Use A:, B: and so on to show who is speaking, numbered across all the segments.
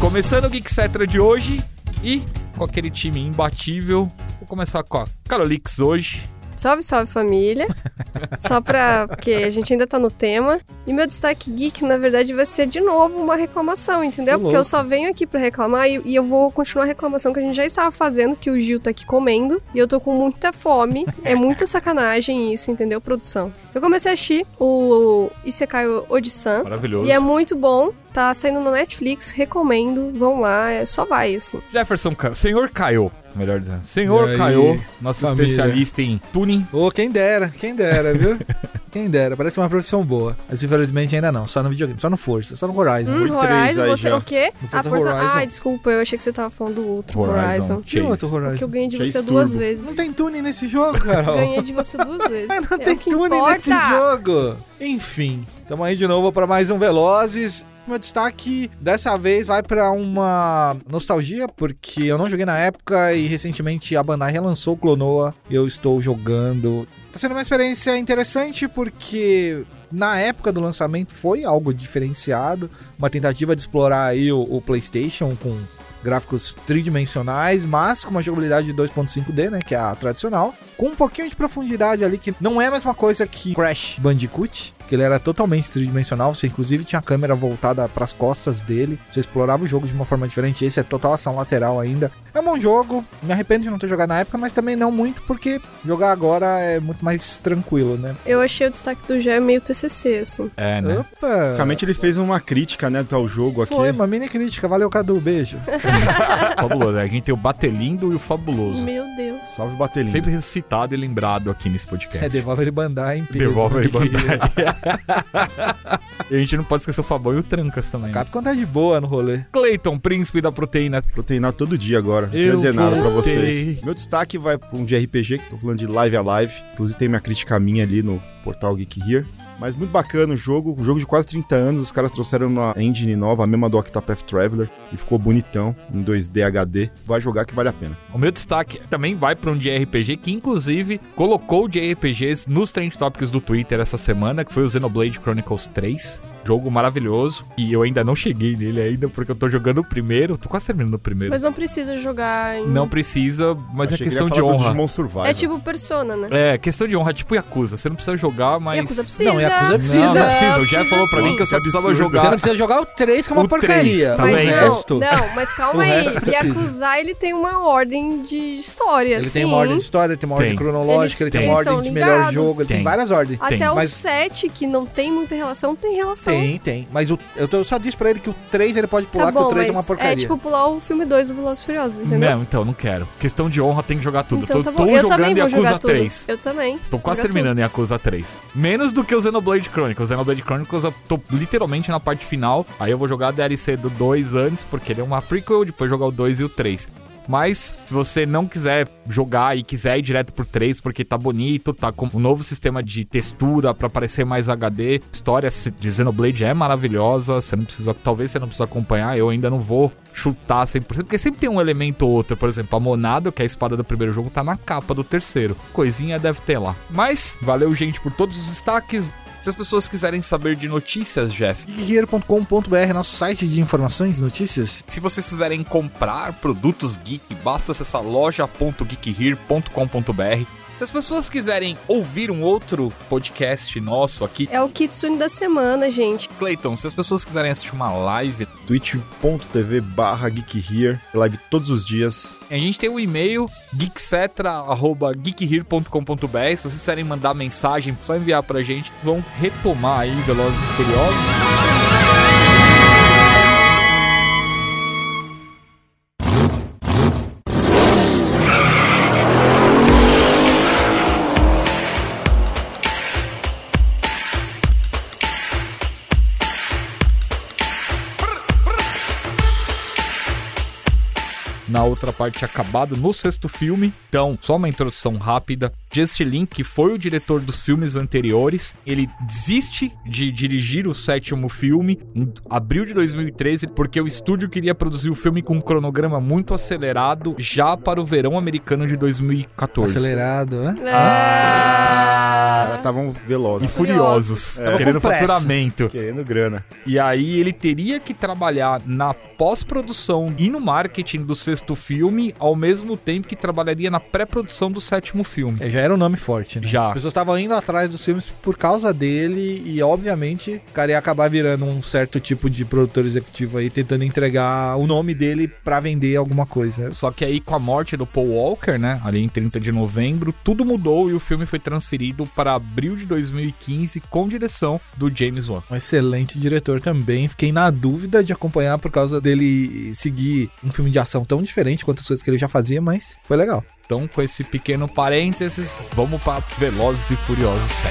A: Começando o Geek Cetra de hoje e com aquele time imbatível. Vou começar com a Carolix hoje.
B: Salve, salve família. Só pra. Porque a gente ainda tá no tema. E meu destaque geek, na verdade, vai ser de novo uma reclamação, entendeu?
A: Que
B: Porque eu
A: louco.
B: só venho aqui pra reclamar e, e eu vou continuar a reclamação que a gente já estava fazendo, que o Gil tá aqui comendo. E eu tô com muita fome. é muita sacanagem isso, entendeu? Produção. Eu comecei a assistir o Isekai Odisan.
A: Maravilhoso.
B: E é muito bom. Tá saindo na Netflix, recomendo. Vão lá, é, só vai, assim.
A: Jefferson Caio. Senhor Caio, melhor dizendo. Senhor
C: E aí,
A: Caio, nosso
C: família?
A: especialista em tuning.
C: Ô, quem dera, quem dera, viu? quem dera, parece uma profissão boa. Mas infelizmente ainda não, só no videogame, só no Força, só no Horizon.
B: Hum,
D: três
B: Horizon,
D: aí
B: você.
D: já.
B: O quê?
C: Não foi
B: Ah,
C: do
B: força.
C: Horizon.
B: Ai, desculpa, eu achei que você tava falando do outro
A: Horizon.
B: Horizon.
C: Que
A: Chase.
C: outro
B: Que eu
C: Horizon?
B: ganhei de
D: Chase
B: você duas
D: Turbo.
B: vezes.
C: Não tem tune nesse jogo, Carol.
B: Ganhei de você duas vezes.
C: Mas não
B: é
C: tem
B: o que
C: tune
B: importa.
C: nesse jogo. Enfim, tamo aí de novo para mais um Velozes. Meu destaque dessa vez vai para uma nostalgia, porque eu não joguei na época e recentemente a Bandai relançou o Clonoa e eu estou jogando. Tá sendo uma experiência interessante porque na época do lançamento foi algo diferenciado, uma tentativa de explorar aí o, o PlayStation com gráficos tridimensionais, mas com uma jogabilidade 2.5D, né, que é a tradicional com um pouquinho de profundidade ali, que não é a mesma coisa que Crash Bandicoot, que ele era totalmente tridimensional, você inclusive tinha a câmera voltada pras costas dele, você explorava o jogo de uma forma diferente, esse é total ação lateral ainda. É um bom jogo, me arrependo de não ter jogado na época, mas também não muito, porque jogar agora é muito mais tranquilo, né?
B: Eu achei o destaque do Jé meio TCC, assim.
A: É, né?
C: Opa!
D: Basicamente ele fez uma crítica, né, ao jogo aqui.
C: Foi uma mini crítica, valeu Cadu, beijo.
A: Fabuloso. né? A gente tem o Batelindo e o Fabuloso.
B: Meu Deus.
D: Salve Batelinho.
A: Sempre ressuscitado e lembrado aqui nesse
C: É,
A: podcast.
C: devolve ele Bandai em peso.
A: Devolve aí,
C: porque
A: Bandai. e a gente não pode esquecer o Fabão e o Trancas também. Né?
C: Capcom tá de boa no rolê.
A: Clayton, príncipe da proteína.
D: Proteinar todo dia agora. Não
A: Eu
D: quero dizer nada pra
A: voltei.
D: vocês. Meu destaque vai pra um de RPG, que tô falando de Live a Live. Inclusive tem minha crítica minha ali no portal Geek Here. Mas muito bacana o jogo, um jogo de quase 30 anos, os caras trouxeram uma engine nova, a mesma do Octopath Traveler, e ficou bonitão, em 2D HD. Vai jogar que vale a pena.
A: O meu destaque também vai para um de RPG que, inclusive, colocou o de RPGs nos Trend Topics do Twitter essa semana, que foi o Xenoblade Chronicles 3. Jogo maravilhoso. E eu ainda não cheguei nele ainda, porque eu tô jogando o primeiro. Tô quase terminando o primeiro.
B: Mas não precisa jogar em...
A: Não precisa, mas
D: Achei
A: é
D: que ele ia
A: questão de
D: falar do
A: honra.
D: Digimon Survival.
B: É tipo Persona, né?
A: É, questão de honra, tipo Yakuza. Você não precisa jogar, mas.
B: Yakuza precisa.
C: Não, Yakuza
A: Não,
C: precisa.
A: Não, precisa. O Jeff
B: precisa
A: falou pra mim
B: sim.
A: que eu só
D: Que
A: precisava
D: absurdo.
C: Você não
A: jogar.
C: precisa jogar o 3, que é uma
A: O três,
C: porcaria.
A: tá
C: mas
A: bem.
C: o
B: Mas
C: resto...
B: não, não, mas
C: O
B: calma aí.
C: resto
B: E
C: precisa.
B: acusar ele tem uma ordem de história,
C: Ele
B: assim.
C: tem uma ordem de história, ele tem uma ordem
A: Tem.
C: cronológica,
B: Eles-
C: ele tem uma
B: eles
C: ordem de
B: estão
C: melhor
B: ligados. Ah,
C: jogo, ele tem,
A: Tem.
C: várias ordens.
B: Até
A: Tem,
B: o
C: mas-
B: 7, que não tem muita relação, tem relação.
C: Tem, tem. Mas o, eu, tô- eu só disse pra ele que o 3 ele pode pular,
B: então tá
C: que
B: bom,
C: o 3 é uma
B: mas
C: porcaria.
B: é tipo pular o filme 2 do Velozes e Furiosos, entendeu?
A: Não, então, não quero. Questão de honra, tem que jogar tudo.
B: Então
A: tô
B: tá bom.
A: tô
B: eu também
A: jogando
B: vou
A: Yakuza
B: jogar
A: 3.
B: tudo. Eu também.
A: Tô quase
B: Jogar tudo.
A: terminando em Yakuza 3. Menos do que o Xenoblade Chronicles. Xenoblade Chronicles eu tô literalmente na parte final. Aí eu vou jogar a DLC do 2 antes, porque ele é uma prequel, depois jogar o 2 e o 3. Mas, se você não quiser jogar e quiser ir direto pro 3, porque tá bonito, tá com um novo sistema de textura pra parecer mais HD, história de Xenoblade é maravilhosa, você não precisa, talvez você não precisa acompanhar, eu ainda não vou chutar 100%, porque sempre tem um elemento ou outro, por exemplo, a Monado, que é a espada do primeiro jogo, tá na capa do terceiro. Coisinha deve ter lá. Mas, valeu gente por todos os destaques. Se as pessoas quiserem saber de notícias, Jeff,
C: geekguerreiro.com.br, nosso site de informações e notícias.
A: se vocês quiserem comprar produtos geek, basta acessar loja.geekhere.com.br. Se as pessoas quiserem ouvir um outro podcast nosso aqui,
B: É o Kitsune da semana, gente.
A: Clayton, se as pessoas quiserem assistir uma live,
D: twitch.tv barra Geek Here, live todos os dias.
A: a gente tem o e-mail geekcetra.geekhere.com.br. Se vocês quiserem mandar mensagem, é só enviar pra gente. Vão retomar aí Velozes e Furiosos. na outra parte acabado no sexto filme. Então, só uma introdução rápida. Justin Lin, que foi o diretor dos filmes anteriores, ele desiste de dirigir o sétimo filme em abril de 2013, porque o estúdio queria produzir o filme com um cronograma muito acelerado é. já para o verão americano de 2014.
C: Acelerado, né?
B: Ah,
D: caras estavam
A: E
D: velozes.
A: furiosos,
D: É.
A: querendo
C: Tava com pressa.
A: faturamento.
D: Querendo grana.
A: E aí ele teria que trabalhar na pós-produção e no marketing do sexto filme, ao mesmo tempo que trabalharia na pré-produção do sétimo filme.
C: É, já era um nome forte, né?
A: Já.
C: As pessoas estavam indo atrás dos filmes por causa dele e, obviamente, o cara ia acabar virando um certo tipo de produtor executivo aí, tentando entregar o nome dele pra vender alguma coisa.
A: Só que aí com a morte do Paul Walker, né, ali em 30 de novembro, tudo mudou e o filme foi transferido para abril de 2015 com direção do James Wan.
C: Um excelente diretor também. Fiquei na dúvida de acompanhar por causa dele seguir um filme de ação tão diferente quanto as coisas que ele já fazia, mas foi legal.
A: Então, com esse pequeno parênteses, vamos para Velozes e Furiosos 7.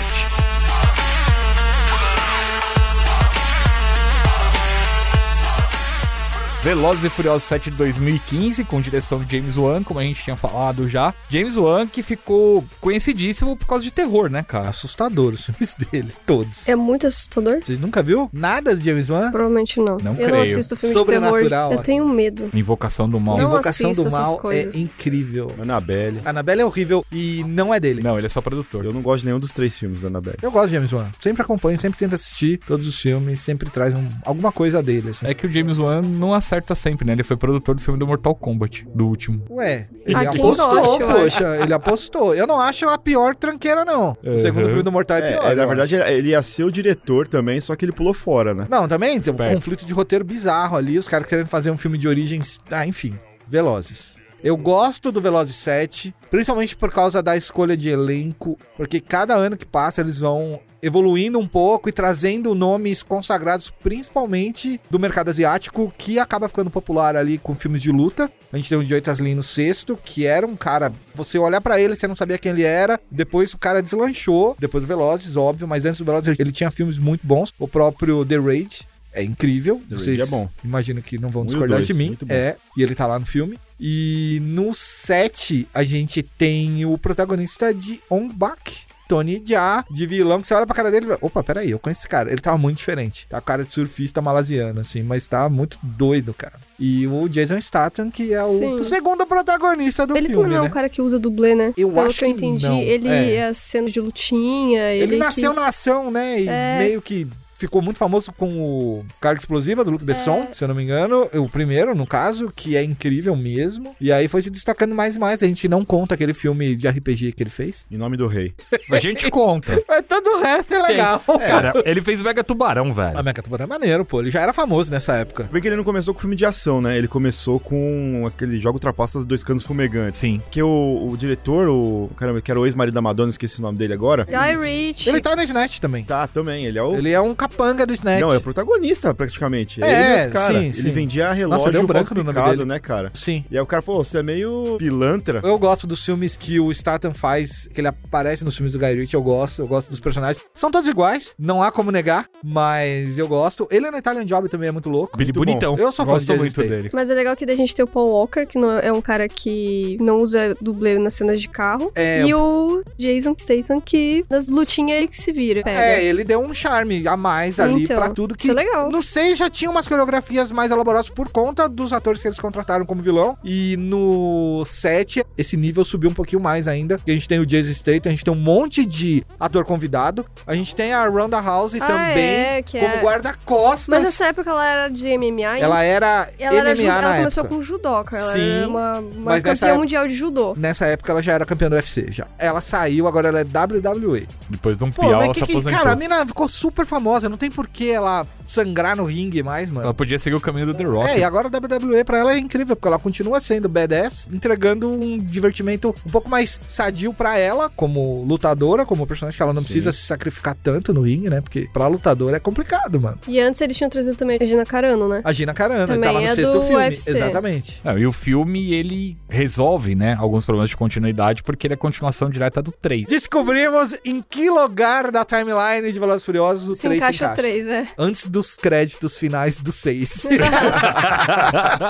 A: Velozes e Furiosos 7 de 2015, com direção de James Wan, como a gente tinha falado já. James Wan que ficou conhecidíssimo por causa de terror, né, cara?
C: É Assustador os filmes dele, todos.
A: tá-
B: É muito assustador?
C: Vocês nunca viu nada de James Wan?
B: Provavelmente não.
A: Não
B: eu
A: creio.
B: não assisto filme de terror.
C: Sobrenatural,
B: Eu
C: ó.
B: tenho medo.
A: Invocação do Mal.
B: Não
C: Invocação do
B: assisto essas
C: Mal é
B: coisas.
C: incrível.
D: Annabelle.
C: Annabelle é horrível e não é dele.
A: Não, ele é só produtor.
D: Eu não gosto de nenhum dos três filmes da Annabelle.
C: Eu gosto de James Wan. Sempre acompanho, sempre tento assistir todos os filmes, sempre traz um- alguma coisa dele, assim.
A: É que o James Wan não acerta sempre, né? Ele foi produtor do filme do Mortal Kombat, do último.
C: Ué,
B: Ah,
C: ele
B: quem
C: apostou,
B: gosta, eu
C: poxa, ele apostou. Eu não acho a pior tranqueira, não. O segundo filme do Mortal é
D: É,
C: pior.
D: é, na
C: eu
D: verdade, ele ia ser o diretor também, só que ele pulou fora, né?
C: acho. Não, também tem um
A: Esperto.
C: conflito de roteiro bizarro ali, os caras querendo fazer um filme de origens. Ah, enfim. Velozes. Eu gosto do Velozes 7, principalmente por causa da escolha de elenco, porque cada ano que passa eles vão evoluindo um pouco e trazendo nomes consagrados, principalmente do mercado asiático, que acaba ficando popular ali com filmes de luta. A gente tem o Joy Lin no sexto, que era um cara. Você olhar pra ele, você não sabia quem ele era. Depois o cara deslanchou, depois do Velozes, óbvio, mas antes do Velozes ele tinha filmes muito bons. O próprio The Raid. É incrível.
D: The Raid
C: Vocês
D: é bom.
C: Imagino que não vão
D: Um e o
C: discordar
D: dois,
C: de mim.
D: muito bom.
C: É, e ele tá lá no filme. E no 7, a gente tem o protagonista de On Bak. Tony Jaa, de vilão, que você olha pra cara dele e fala, opa, peraí, eu conheço esse cara. Ele tava muito diferente. Tá com cara de surfista malasiano, assim, mas tá muito doido, cara. E o Jason Statham, que é o
B: Sim.
C: segundo protagonista do
B: ele
C: filme,
B: também não é
C: né?
B: um cara que usa dublê, né?
C: Eu
B: Pelo
C: acho
B: que eu
C: que
B: entendi,
C: não.
B: ele
C: É.
B: é cena de lutinha. Ele,
C: Ele, nasceu
B: que...
C: na ação, né? E
B: É.
C: meio que ficou muito famoso com o Carga Explosiva do Luc
B: É.
C: Besson, se eu não me engano. O primeiro, no caso, que é incrível mesmo. E aí foi se destacando mais e mais. A gente não conta aquele filme de RPG que ele fez.
D: Em nome do rei.
A: A gente conta.
C: Mas todo o resto é legal.
A: Cara, ele fez Mega Tubarão, velho.
C: A Meca Tubarão é maneiro, pô. Ele já era famoso nessa época.
D: Bem que ele não começou com filme de ação, né? Ele começou com aquele jogo Trapaças Dois Canos Fumegantes.
A: Sim.
D: Que o, o diretor, o. Caramba, que era o ex-marido da Madonna, esqueci o nome dele agora.
B: Guy Ritchie.
C: Ele tá no Snatch também.
D: Tá, também. Ele é o.
C: é Ele é um capanga do Snatch.
D: Não, é o protagonista, praticamente.
C: É,
D: ele e os cara.
C: sim,
D: ele
C: sim.
D: vendia relógio
C: Nossa, deu um branco no nome
D: falsificado,
C: dele.
D: né, cara?
C: Sim.
D: E aí o cara falou, você é meio pilantra.
C: Eu gosto dos filmes que o Statham faz, que ele aparece nos filmes do Guy Ritchie, eu gosto, eu gosto dos personagens. São todos iguais, não há como negar, mas eu gosto. Ele no Italian Job também é muito louco.
A: Billy
D: bom.
A: Bonitão.
C: Eu sou
A: Então,
C: fã
A: Gosto
C: de Jason
A: muito
C: Statham.
A: dele.
B: Mas é legal que daí a gente tem o Paul Walker, que não é um cara que não usa dublê nas cenas de carro.
C: É,
B: E o Jason Statham, que nas lutinhas ele que se vira. Pega.
C: é, ele deu um charme a mais ali
B: Então,
C: pra tudo que...
B: Isso é legal.
C: No 6 já tinha umas coreografias mais elaboradas por conta dos atores que eles contrataram como vilão. E no 7, esse nível subiu um pouquinho mais ainda. A gente tem o Jason Statham, a gente tem um monte de ator convidado. A gente tem a Ronda House
B: Ah,
C: também
B: é, que
C: como
B: é...
C: guarda-costas.
B: Mas nessa época ela era de MMA.
C: Ela era
B: e ela,
C: MMA
B: era ju-
C: na
B: ela
C: época.
B: começou com judoca. Ela
C: Sim,
B: era uma, uma
C: mas
B: campeã
C: nessa época-
B: mundial de judô.
C: Nessa época ela já era campeã do UFC, já. Ela saiu, agora ela é WWE.
A: Depois de um
C: Pô,
A: piau, ela
C: mas
A: se
C: que, que,
A: aposentou.
C: cara, a mina ficou super famosa, não tem por que ela sangrar no ringue mais, mano.
A: Ela podia seguir o caminho do The Rock.
C: É, e agora a WWE pra ela é incrível, porque ela continua sendo badass, entregando um divertimento um pouco mais sadio pra ela, como lutadora, como personagem, que ela não
D: Sim.
C: precisa se sacrificar tanto no ringue, né? Porque pra lutadora é complicado, mano.
B: E antes eles tinham trazido também a Gina Carano, né?
C: A Gina Carano,
B: Também
C: tava no
B: é
C: sexto
B: do
C: filme.
B: UFC.
C: Exatamente.
A: Não, e o filme, ele resolve, né, alguns problemas de continuidade, porque ele é continuação direta do 3.
C: Descobrimos em que lugar da timeline de Velozes e Furiosos o
B: se
C: 3
B: encaixa
C: se encaixa.
B: três, é.
C: Antes dos créditos finais do 6.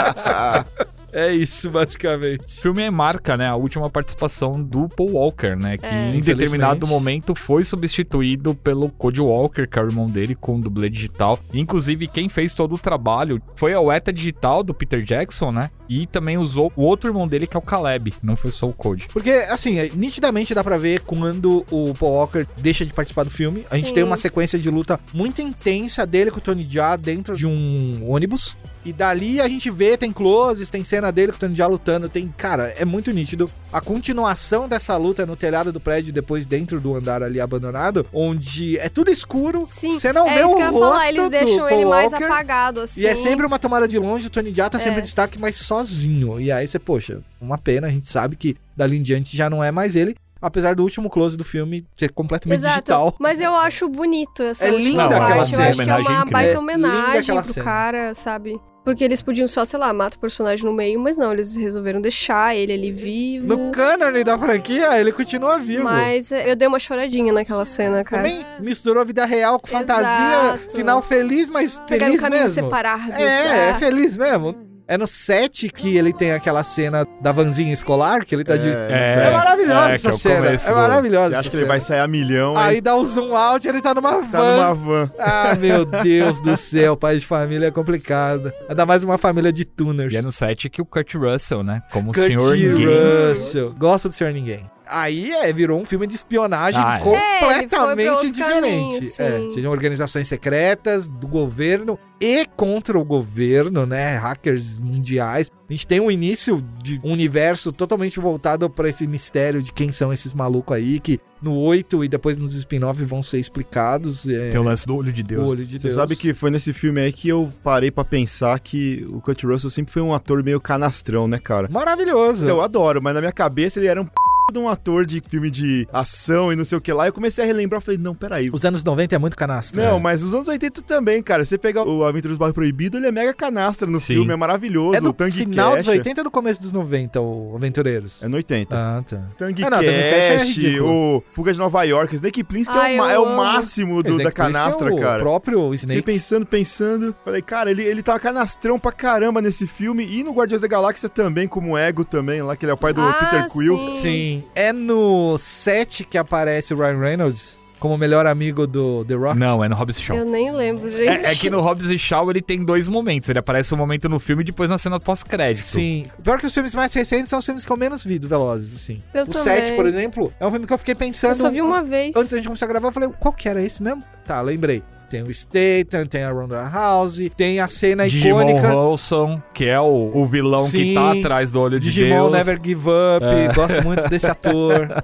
C: é isso,
A: Esse
C: basicamente.
A: filme aí marca, né, a última participação do Paul Walker, né, que em
C: Infelizmente.
A: determinado momento foi substituído pelo Cody Walker, que é o irmão dele, com dublê digital. Inclusive, quem fez todo o trabalho foi a Weta Digital do Peter Jackson, né, E também usou o outro irmão dele, que é o Caleb, não foi só o Code.
C: Porque, assim, é- nitidamente dá pra ver quando o Paul Walker deixa de participar do filme. A gente
B: Sim.
C: tem uma sequência de luta muito intensa dele com o Tony Jaa dentro de um ônibus. E dali a gente vê, tem closes, tem cena dele com o Tony Jaa lutando, tem... Cara, é muito nítido. A continuação dessa luta é no telhado do prédio, depois dentro do andar ali abandonado, onde é tudo escuro.
B: Sim,
C: Você não
B: é
C: vê
B: isso
C: o
B: que eu ia
C: rosto
B: falar, eles
C: do
B: deixam ele
C: Paul
B: mais
C: Walker.
B: apagado, assim.
C: E é sempre uma tomada de longe, o Tony Jaa tá
B: É.
C: sempre em destaque, mas sozinho. E aí você, poxa, uma pena, a gente sabe que dali em diante já não é mais ele, apesar do último close do filme ser completamente
B: Exato.
C: digital.
B: Mas eu acho bonito essa
C: É
B: última
C: linda
B: parte.
C: aquela
B: Eu
C: cena.
B: acho que é
E: Homenagem
B: uma
E: incrível.
C: É linda
B: baita homenagem
C: aquela
B: pro
C: cena.
B: cara, sabe? Porque eles podiam só, sei lá, matar o personagem no meio, mas não, eles resolveram deixar ele ali vivo.
C: No cânone da franquia, ele continua vivo.
B: Uhum. Mas é, eu dei uma choradinha naquela cena, cara.
C: Também misturou vida real com fantasia,
B: Exato.
C: final feliz, mas
B: Pegaram
C: feliz
B: caminhos
C: mesmo.
B: separados.
C: É, é
B: ah.
C: feliz mesmo. É no 7 que ele tem aquela cena da vanzinha escolar, que ele tá de... É,
A: é,
C: maravilhosa
A: é, que é
C: essa
A: o
C: cena.
A: começo
C: É
A: do-
C: maravilhosa
D: Você
C: essa
D: acha que ele
C: cena.
D: vai sair a milhão, aí
C: Aí dá um zoom out e ele tá numa
D: tá
C: van.
D: numa van.
C: Ah, meu Deus do céu, pai de família é complicado. Ainda mais uma família de tuners.
A: E é no set que o Kurt Russell, né? Como o
C: Kurt
A: senhor ninguém.
C: Russell. Gosta do Senhor Ninguém. Aí é, virou um filme de espionagem
A: Ah, é.
B: É, ele foi pra
C: completamente
B: outro
C: diferente.
B: caminho, sim.
C: é, sejam organizações secretas do governo e contra o governo, né? Hackers mundiais. A gente tem um início de um universo totalmente voltado pra esse mistério de quem são esses malucos aí, que no 8 e depois nos spin-off vão ser explicados. É,
A: Tem o lance do olho de Deus.
C: o olho de
D: Você
C: Deus.
D: sabe que foi nesse filme aí que eu parei pra pensar que o Kurt Russell sempre foi um ator meio canastrão, né, cara?
C: Maravilhoso.
D: Eu adoro, mas na minha cabeça ele era um p... de um ator de filme de ação e não sei o que lá. Eu comecei a relembrar, eu falei, não, peraí.
C: Os anos 90 é muito canastra.
D: Não, mas os anos 80 também, cara. Você pegar o Aventura dos Barro Proibido, ele é mega canastra no
A: Sim.
D: filme, é maravilhoso.
C: é do
D: o Tangue
C: final
D: Cash.
C: dos 80 ou do começo dos 90, o Aventureiros?
D: É no 80.
C: Ah, tá.
D: Tangue
C: Ah, não, Tangue Cash é
D: Cash,
C: ridículo.
D: o Fuga de Nova York, Snake Plissken
B: Ai,
D: é, o
B: eu
D: ma- é o
B: amo.
D: máximo do-
C: Snake
D: da
C: Plissken é
D: canastra,
C: o
D: cara.
C: próprio
D: Fiquei
C: Snake.
D: pensando, pensando. Falei, cara, ele, ele tá canastrão pra caramba nesse filme. E no Guardiões da Galáxia também, como ego também, lá que ele é o pai do
B: Ah,
D: Peter Quill.
B: sim.
C: Sim. É no 7 que aparece o Ryan Reynolds como melhor amigo do The Rock.
A: Não, é no Hobbs e Shaw.
B: Eu nem lembro, gente.
A: É, é que no Hobbs e Shaw ele tem dois momentos. Ele aparece um momento no filme e depois na cena pós-crédito.
C: Sim. Pior que os filmes mais recentes são os filmes que eu menos vi do Velozes, assim.
B: Eu
C: o
B: também.
C: 7, por exemplo, é um filme que eu fiquei pensando.
B: Eu só vi um uma vez.
C: Antes da gente começar a gravar, eu falei, qual que era esse mesmo? Tá, lembrei. Tem o Statham, tem a Ronda House, tem a cena
A: Digimon
C: icônica
A: Wilson, que é o, o vilão
C: Sim.
A: que tá atrás do olho de
C: Digimon
A: Deus.
C: Never Give Up,
D: É.
C: gosto muito desse ator.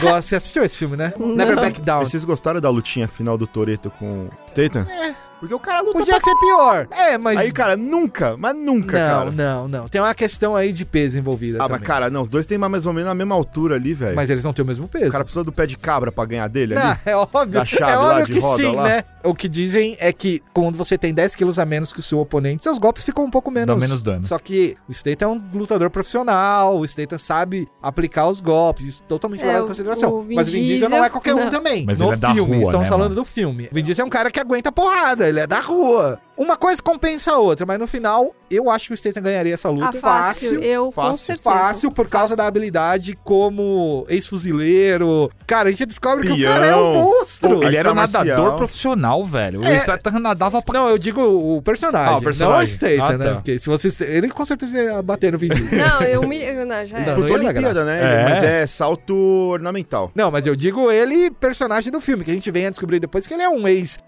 C: gosto, você assistiu esse filme, né? Never Back Down.
D: Vocês gostaram da lutinha final do Toreto com o Statham? É. Porque o cara luta
C: Podia ser pior. É, mas.
D: pra... Aí, cara, nunca, mas nunca,
C: não,
D: cara.
C: não, não. Tem uma questão aí de peso envolvida.
D: Ah, mas
C: também.
D: cara, não, os dois têm mais ou menos a mesma altura ali, velho.
C: Mas eles não têm o mesmo peso.
D: O cara precisou do pé de cabra pra ganhar dele
C: Não,
D: ali.
C: é óbvio.
D: Da chave
C: é
D: lá
C: óbvio
D: de
C: que
D: roda
C: sim,
D: lá.
C: né? O que dizem é que quando você tem 10 quilos a menos que o seu oponente, seus golpes ficam um pouco menos.
A: menos dano.
C: Só que o Statham é um lutador profissional, o Statham sabe aplicar os golpes, isso totalmente
B: É,
C: levado em
B: o-
C: consideração.
B: o Vin
C: Mas o Vin Diesel
B: Diesel-
C: não é qualquer um
B: não.
C: também.
A: Mas
C: no
A: ele é da
C: filme,
A: rua,
C: estamos
A: né,
C: falando
A: mano?
C: do filme. O Vin Diesel é um cara que aguenta porrada, ele é da rua. Uma coisa compensa a outra, mas no final, eu acho que o Statham ganharia essa luta
B: Ah, fácil. Eu, com
D: fácil,
B: certeza.
C: fácil por causa da habilidade como ex-fuzileiro. Cara, a gente descobre que o cara é um
D: Espião.
C: monstro.
A: Ele era um
D: Artista
A: nadador
D: marcial.
A: profissional, velho. O
C: É.
A: Statham nadava pra...
C: Não, eu digo o personagem,
A: Ah, o personagem.
C: não o Stathia,
A: Ah,
C: né?
A: tá.
C: Porque se você... Ele com certeza ia bater no Vin Diesel.
B: Não, eu me. Não, já
D: Ele
B: era.
C: Não,
D: disputou a
C: ia dar
D: Olimpíada, né?
A: É.
D: Mas é salto ornamental.
C: Não, mas eu digo ele, personagem do filme, que a gente vem a descobrir depois que ele é um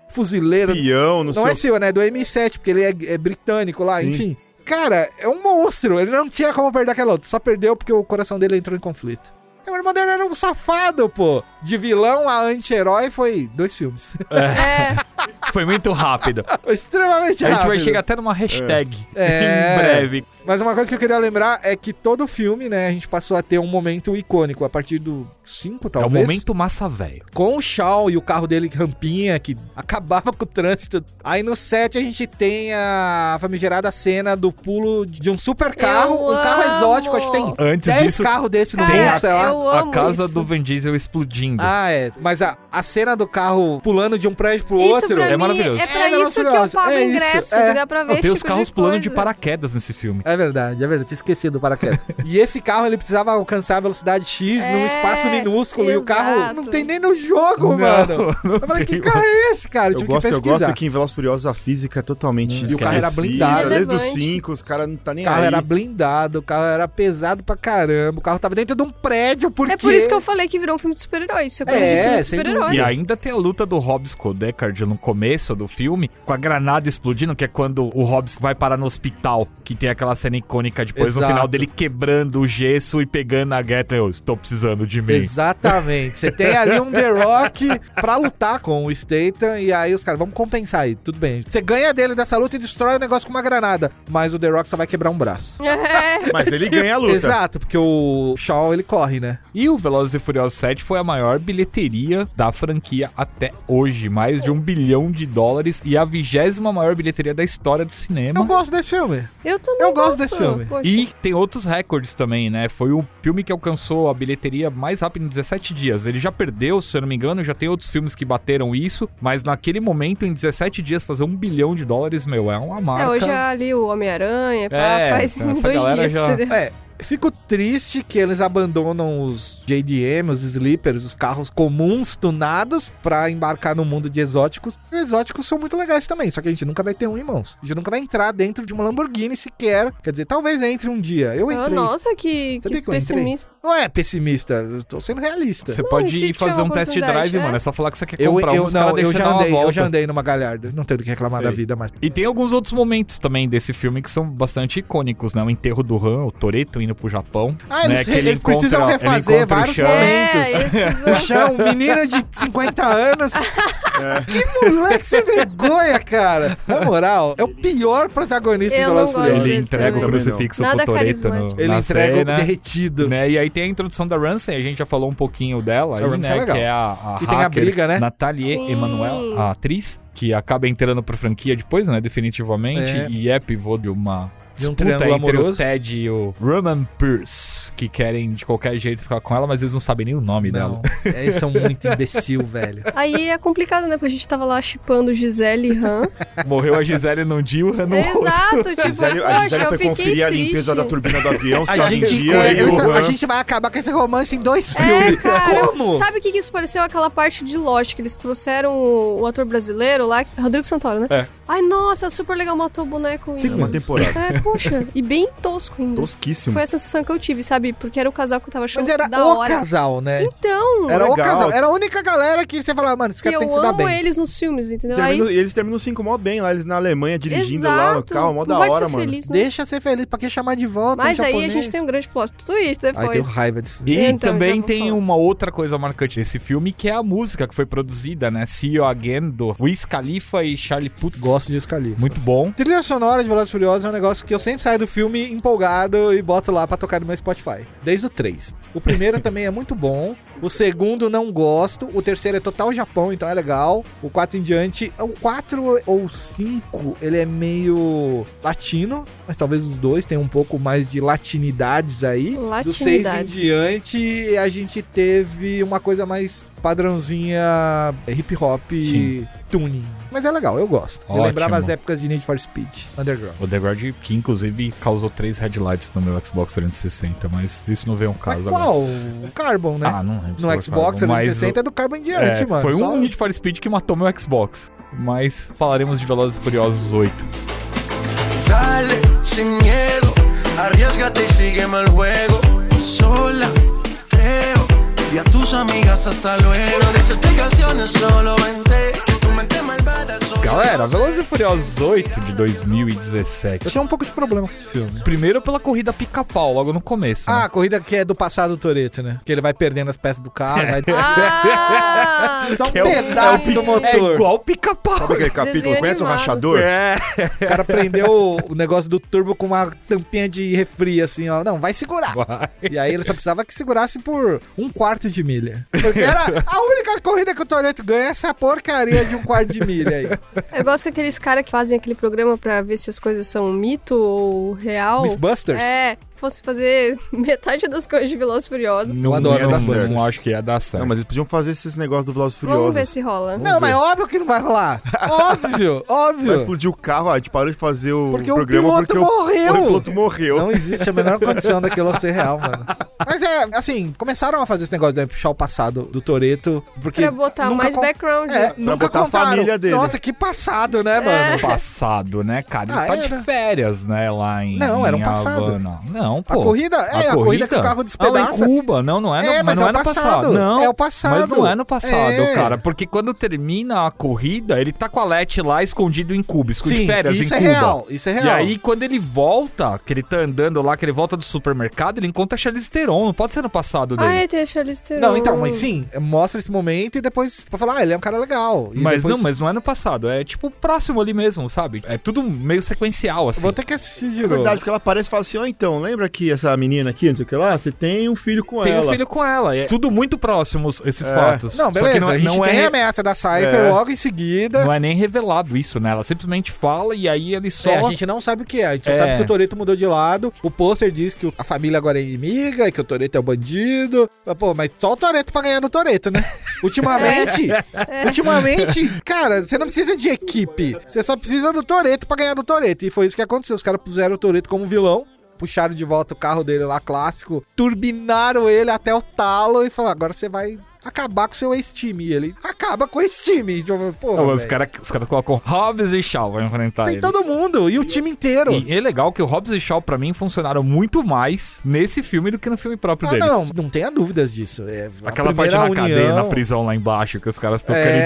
C: ex-fuzileiro.
D: Pião, não,
C: Não
D: sei
C: é seu, né? É Do M7, porque ele é, é britânico lá,
D: Sim.
C: enfim. Cara, é um monstro. Ele não tinha como perder aquela luta. Só perdeu porque o coração dele entrou em conflito. O irmão dele era um safado, pô. De vilão a anti-herói foi dois filmes.
B: É,
A: Foi muito rápido.
C: Foi Extremamente
A: A
C: rápido.
A: gente vai chegar até numa hashtag
C: É.
A: em breve.
C: Mas uma coisa que eu queria lembrar é que todo filme, né, a gente passou a ter um momento icônico. A partir do 5, talvez.
A: É o momento massa velho.
C: com o Shaw e o carro dele rampinha, que acabava com o trânsito. Aí no set a gente tem a famigerada cena do pulo de um super carro,
B: Eu
C: um carro
B: amo!
C: exótico, acho que tem
A: Antes
C: 10
A: disso,
C: carros desse no
B: cara,
C: mundo, sei lá.
B: eu amo
A: a casa
B: isso.
A: do Vin Diesel explodindo.
C: Ah, é. Mas a, a cena do carro pulando de um prédio pro
B: Isso
C: outro.
D: Zero.
B: pra
A: É
B: mim,
A: maravilhoso.
B: É pra
C: É
B: isso que eu
C: maravilhoso.
B: pago
C: É isso,
B: ingresso,
C: é.
B: que dá pra ver
A: Não,
B: esse
A: tem os
B: tipo
A: carros
B: de
A: pulando de
B: coisa.
A: paraquedas nesse filme.
C: É verdade, é verdade. Tinha esquecido o paraquedas. e esse carro, ele precisava alcançar a velocidade X num
B: É,
C: espaço minúsculo. E o carro não
B: exato.
C: tem nem no jogo, mano.
A: não
C: Eu falei,
A: tem,
C: que carro é esse, cara? Eu
D: Eu
C: tive
D: gosto,
C: que
D: eu gosto
C: pesquisar.
D: que em Velas Furiosas a física é totalmente
C: E o carro era
D: esquecida.
C: blindado.
D: Desde os
B: Hum, Relevante.
D: 5, os caras não tá nem
C: O carro
D: aí.
C: era blindado, o carro era pesado pra caramba, o carro tava dentro de um prédio, porque...
B: É por isso que eu falei que virou um filme de super-herói. Isso é coisa
C: É,
B: de filme de
C: sem
A: E
B: super-herói.
A: ainda tem a luta do Hobbs com o Deckard no começo do filme, com a granada explodindo, que é quando o Hobbs vai parar no hospital, que tem aquela cena icônica depois no
C: Exato.
A: final dele quebrando o gesso e pegando a gueta. Eu estou precisando de mim.
C: Exatamente. Você tem ali um The Rock pra lutar com o Statham, e aí os caras, vamos compensar aí, tudo bem. Você ganha dele dessa luta e destrói o negócio com uma granada, mas o The Rock só vai quebrar um braço.
B: É,
D: Mas ele ganha a luta.
C: Exato, porque o Shaw, ele corre, né?
A: E o Velozes e Furiosos 7 foi a maior bilheteria da franquia até hoje, mais de um bilhão de dólares e a vigésima maior bilheteria da história do cinema.
C: Eu gosto desse filme.
B: É, eu também
C: Eu gosto desse filme.
B: poxa.
A: E tem outros recordes também, né? Foi o filme que alcançou a bilheteria mais rápido em 17 dias. Ele já perdeu, se eu não me engano, já tem outros filmes que bateram isso, mas naquele momento, em 17 dias, fazer um bilhão de dólares, meu, é uma marca.
B: É, hoje ali o Homem-Aranha, pá,
A: É,
B: faz em
A: essa
B: dois
A: galera
B: dias,
A: já-
B: entendeu?
C: É, fico triste que eles abandonam os JDM, os sleepers, os carros comuns, tunados, pra embarcar no mundo de exóticos. E exóticos são muito legais também, só que a gente nunca vai ter um em mãos. A gente nunca vai entrar dentro de uma Lamborghini sequer. Quer dizer, talvez entre um dia. Eu
B: Ah,
C: entrei.
B: nossa, que,
C: Sabia
B: que
C: que eu entrei?
B: pessimista.
C: Não é pessimista, eu tô sendo realista.
A: Você
B: e
A: pode
B: se
A: ir fazer
B: tiver
A: um
B: uma
A: test
B: oportunidade,
A: drive,
B: é?
A: mano. É só falar que você quer
C: Eu,
A: comprar um,
C: eu,
A: os caras
C: não, eu
A: deixam
C: já
A: dar uma
C: andei, eu
A: volta.
C: já andei numa galharda. Não tenho do que reclamar
D: Sei.
C: da vida, mas.
A: E tem alguns outros momentos também desse filme que são bastante icônicos, né? O enterro do Han, o Toreto indo pro Japão.
C: Ah,
A: né?
C: eles,
A: Que ele
C: eles precisam
A: encontra- ele
C: refazer
A: encontra o
C: vários
A: chão.
C: momentos.
B: É, esses-
C: O chão, menina um de 50 anos. Que moleque sem vergonha, cara. Na moral, é o pior protagonista
B: Eu
C: do
B: não
C: Velozes e
B: gosto
A: Ele
B: dele
C: Furiosos.
A: entrega o
D: também.
A: crucifixo
B: Nada
A: pro Toreto no,
B: carismático.
C: Ele
A: na
C: entrega
A: cena.
C: o derretido.
A: Né? E aí tem a introdução da Ramsey, a gente já falou um pouquinho dela,
C: A
A: aí,
C: Ramsey
A: né?
C: é legal.
A: que é a, a
C: Que tem a
A: hacker
C: briga, né?
A: Nathalie
B: Sim.
A: Emanuel, a atriz, que acaba entrando pra franquia depois, né? Definitivamente.
C: É.
A: E é pivô de uma.
C: De um
A: disputa
C: triângulo
A: entre o
C: amoroso.
A: Ted e o Roman Pierce, que querem de qualquer jeito ficar com ela, mas eles não sabem nem o nome dela.
C: Não, É, eles são muito imbecil, velho.
B: Aí é complicado, né? Porque a gente tava lá chipando Gisele e Han.
A: Morreu a Gisele num dia e o Renan no outro.
B: Exato, tipo,
D: A Gisele, a
B: poxa,
D: Gisele
B: eu
D: foi
B: fiquei
D: conferir a
B: triste.
D: limpeza da turbina do avião, os
C: A
D: caras em
C: gente,
D: dia.
C: é,
D: e o
C: eu- a
D: Ram-
C: gente vai acabar com esse romance em dois
B: É,
C: filmes.
B: cara,
C: Como?
B: sabe o que, que isso pareceu? Aquela parte de Lost, que eles trouxeram o, o ator brasileiro lá, Rodrigo Santoro, né?
A: É.
B: Ai, nossa, super legal, matou o boneco.
D: Sim,
B: e-
D: uma temporada.
B: É, poxa, e bem tosco ainda.
D: Tosquíssimo.
B: Foi a sensação que eu tive, sabe? Porque era o casal que eu tava achando
C: Mas era
B: da
C: o
B: hora.
C: casal, né?
B: Então,
C: Era o
D: legal.
C: casal. Era a única galera que você falava, mano, esse
B: e
C: cara
B: eu
C: tem que se dar
B: amo
C: bem.
B: eles nos filmes, entendeu?
D: Termina-
B: Aí,
D: E eles terminam o 5 mó bem lá, eles na Alemanha dirigindo lá no
B: exato,
D: carro, mó da
B: não vai
D: hora,
B: ser
D: mano.
B: feliz, né?
C: Deixa ser feliz, pra que chamar de volta?
B: Mas
C: um
B: aí a
C: japonês? um
B: gente tem um grande plot twist depois.
C: Ai, tenho raiva disso.
A: E
B: Então,
A: também
B: já vou
A: tem
B: falar.
A: uma outra coisa marcante desse filme, que é a música que foi produzida, né? See You Again, do Wiz Khalifa e Charlie Puth.
C: Gosto de Scalifa.
A: Muito bom.
C: Trilha sonora de Velozes e Furiosos é um negócio que eu sempre saio do filme empolgado e boto lá pra tocar no meu Spotify. Desde o 3. O primeiro também é muito bom. O segundo não gosto. O terceiro é total Japão, então é legal. O 4 em diante. O 4 ou 5, ele é meio latino. Mas talvez os dois tenham um pouco mais de latinidades aí. Do 6 em
B: Latinidades.
C: diante, a gente teve uma coisa mais padrãozinha hip hop
A: Sim.
C: tuning. Mas é legal, eu gosto.
A: Ótimo.
C: Eu lembrava as épocas de Need for Speed, Underground.
A: O The Guard, que inclusive causou três headlights no meu Xbox 360, mas isso não veio um caso
C: Mas
A: agora.
C: qual? O Carbon, né?
A: Ah, não lembro.
C: no Xbox 360 é do Carbon em diante, mano.
A: Foi um
C: Só-
A: Need for Speed que matou meu Xbox. Mas falaremos de Velozes e Furiosos 8.
E: Dale sin miedo, arriesgate y sígueme al juego. Sola, creo, y a tus amigas hasta luego. No des explicaciones, solo vente. Que tu mente malvada solo
A: Galera,
E: no sé.
A: Velozes e Furiosos 8 de 2017.
C: Eu tenho um pouco de problema com esse filme.
A: Primeiro pela corrida pica-pau, logo no começo.
C: Ah,
A: né?
C: a corrida que é do passado do Toreto, né? Que ele vai perdendo as peças do carro, vai.
B: Ah!
C: Só um
A: o-
C: pedaço
A: é o
C: do
A: pi-
C: motor.
A: É igual pica-pau.
D: Sabe aquele capítulo?
B: Desenho
D: Conhece o
B: animado. É.
D: rachador?
C: É. O cara prendeu o- o negócio do turbo com uma tampinha de refri, assim, ó. Não, vai segurar. E aí ele só precisava que segurasse por um quarto de milha. Porque era a única corrida que o Toreto ganha é essa porcaria de um quarto de milha aí.
B: Eu gosto que aqueles caras que fazem aquele programa pra ver se as coisas são mito um ou real.
C: Mythbusters?
B: É, fosse fazer metade das coisas de Velozes e Furiosos.
A: Não,
C: adoro
A: ia
C: dar
A: dar
C: certo.
A: não acho que ia dar certo.
D: Não, mas eles podiam fazer esses negócios do Velozes e
B: Vamos
D: Furiosos.
B: ver se rola.
C: Não, mas óbvio que não vai rolar. Óbvio,
D: Vai
C: óbvio.
D: explodir o carro, ah, a gente parou de fazer o
C: Porque o
D: programa
C: piloto
D: porque
C: morreu.
D: o piloto morreu.
C: Não existe a menor condição daquilo ser real, mano. Mas é, assim, começaram a fazer esse negócio de puxar o passado do Toreto, porque
B: Pra botar
C: nunca
B: mais
C: con-
B: background.
C: É,
B: né?
C: nunca
D: botar a
C: contaram.
D: família dele.
C: Nossa, que passado, né,
B: É.
C: mano?
A: Passado, né, cara? Ele
C: Ah,
A: tá
C: era.
A: de férias, né, lá em
C: Não, era um
A: em
C: passado.
A: Havana. Não,
C: A
A: pô.
C: corrida, é, a corrida, que o carro
A: Ah, lá em
C: despedaça.
A: Cuba, não, não é, no,
C: É, mas
A: mas não é,
C: é o
A: no
C: passado.
A: passado. Não,
C: É o passado.
A: Mas não é no passado,
C: É.
A: cara. Porque quando termina a corrida, ele tá com a Leti lá escondido em Cuba, escondido de férias
C: isso
A: em
C: é
A: Cuba.
C: real, isso é real.
A: E aí, quando ele volta, que ele tá andando lá, que ele volta do supermercado, ele encontra a Charlize Theron. Não pode ser no passado dele.
B: Ah, é, tem a Charlize Theron.
C: Não, então, mas sim, mostra esse momento e depois pra falar, ah, ele é um cara legal. E
A: mas
C: depois-
A: não, mas não é no passado. É tipo próximo ali mesmo, sabe? É tudo meio sequencial, assim.
C: Vou ter que assistir de
D: É
C: novo.
D: verdade, porque ela aparece e fala assim, ó, então, lembra que essa menina aqui, não sei o que lá, você tem um filho com
A: Tem
D: ela.
A: um filho com ela. É tudo muito próximos esses
D: É.
A: fatos.
C: Não, beleza,
A: Só que não,
C: a gente
A: não
C: tem a
A: é,
C: ameaça da Cypher
D: É.
C: logo em seguida.
A: não é nem revelado isso, né? Ela simplesmente fala e aí ele só.
C: É, a gente não sabe o que é. A gente só
A: É.
C: sabe que o Toreto mudou de lado. O pôster diz que o- a família agora é inimiga, que o Toreto é o bandido. Mas, Pô, mas só o Toreto pra ganhar do Toreto, né? Ultimamente,
A: É.
C: ultimamente, cara, você não precisa de equipe. Você só precisa do Toreto pra ganhar do Toreto. E foi isso que aconteceu. Os caras puseram o Toreto como vilão. Puxaram de volta o carro dele lá, clássico. Turbinaram ele até o talo e falaram: agora você vai acabar com o seu ex-time. E Ele acaba com o ex-time. Então, Porra,
A: Não, os
C: velho.
A: caras os cara colocam Hobbs e Shaw pra enfrentar
C: Tem
A: ele.
C: todo mundo e o time inteiro.
A: E é legal que o Hobbs e Shaw, pra mim, funcionaram muito mais nesse filme do que no filme próprio
C: Ah,
A: deles.
C: não, não tenha dúvidas disso. É, a
A: Aquela parte na
C: primeira
A: cadeia,
C: união-
A: na prisão lá embaixo, que os caras tocando
C: É,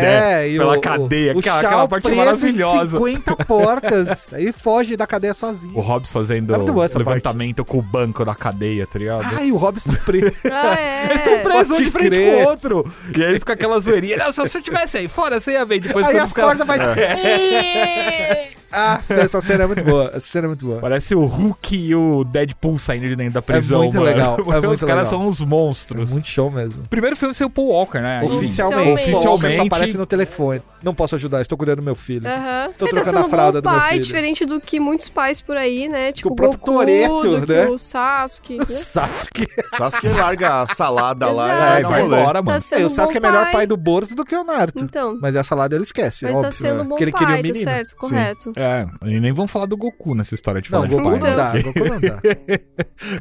A: ideia
C: e
A: pela
C: o-
A: cadeia.
C: o
A: cara,
C: Shao
A: aquela parte
C: preso
A: maravilhosa.
C: Em 50 portas. Aí foge da cadeia
A: O
C: sozinho.
A: Hobbs fazendo
C: É muito boa essa Ah,
A: levantamento com o banco da cadeia, tá ligado?
C: Ai, o Robson preso.
B: Ah, é.
A: Eles estão presos um
C: pode
A: de frente
C: crer.
A: com o outro. E aí fica aquela zoeirinha. Não, se eu tivesse aí fora, você ia ver. Depois
C: Aí
A: quando
C: as
A: os caras- É.
C: cordas vai. ah, essa cena é muito boa. Essa cena é muito boa.
A: Parece o Hulk e o Deadpool saindo de dentro da prisão,
C: muito
A: mano.
C: legal, é muito
A: os caras
C: legal.
A: são uns monstros.
C: Muito show mesmo.
A: É Primeiro filme sem o Paul Walker, né?
C: Oficialmente.
A: Oficialmente.
C: Só aparece no telefone. Não posso ajudar, estou cuidando do meu filho.
B: Aham.
C: Tô
B: Ele tá
C: trocando
B: sendo
C: a
B: um bom
C: fralda do meu
B: pai,
C: filho.
B: diferente do que muitos pais por aí, né? Tipo
C: o próprio
B: Goku,
C: Toretto,
B: do que
C: né?
B: o Sasuke. Né?
C: O Sasuki.
D: Sasuke larga a salada
B: Exato.
D: lá e
A: Vai,
C: É,
D: dá
A: É,
D: um
A: vai
D: rolê.
A: embora, mano.
B: Tá sendo
C: o Sasuke é
B: um bom
C: melhor pai do Boruto do que o Naruto.
B: Então,
C: Mas essa salada ele esquece,
B: mas
C: óbvio. é.
B: tá sendo um bom
C: Porque ele queria o
B: pai, tá
C: menino.
B: certo, correto.
A: É, e nem vamos falar do Goku nessa história de
C: Não,
A: falar de pai,
C: Goku não
A: né?
C: dá, Goku não dá.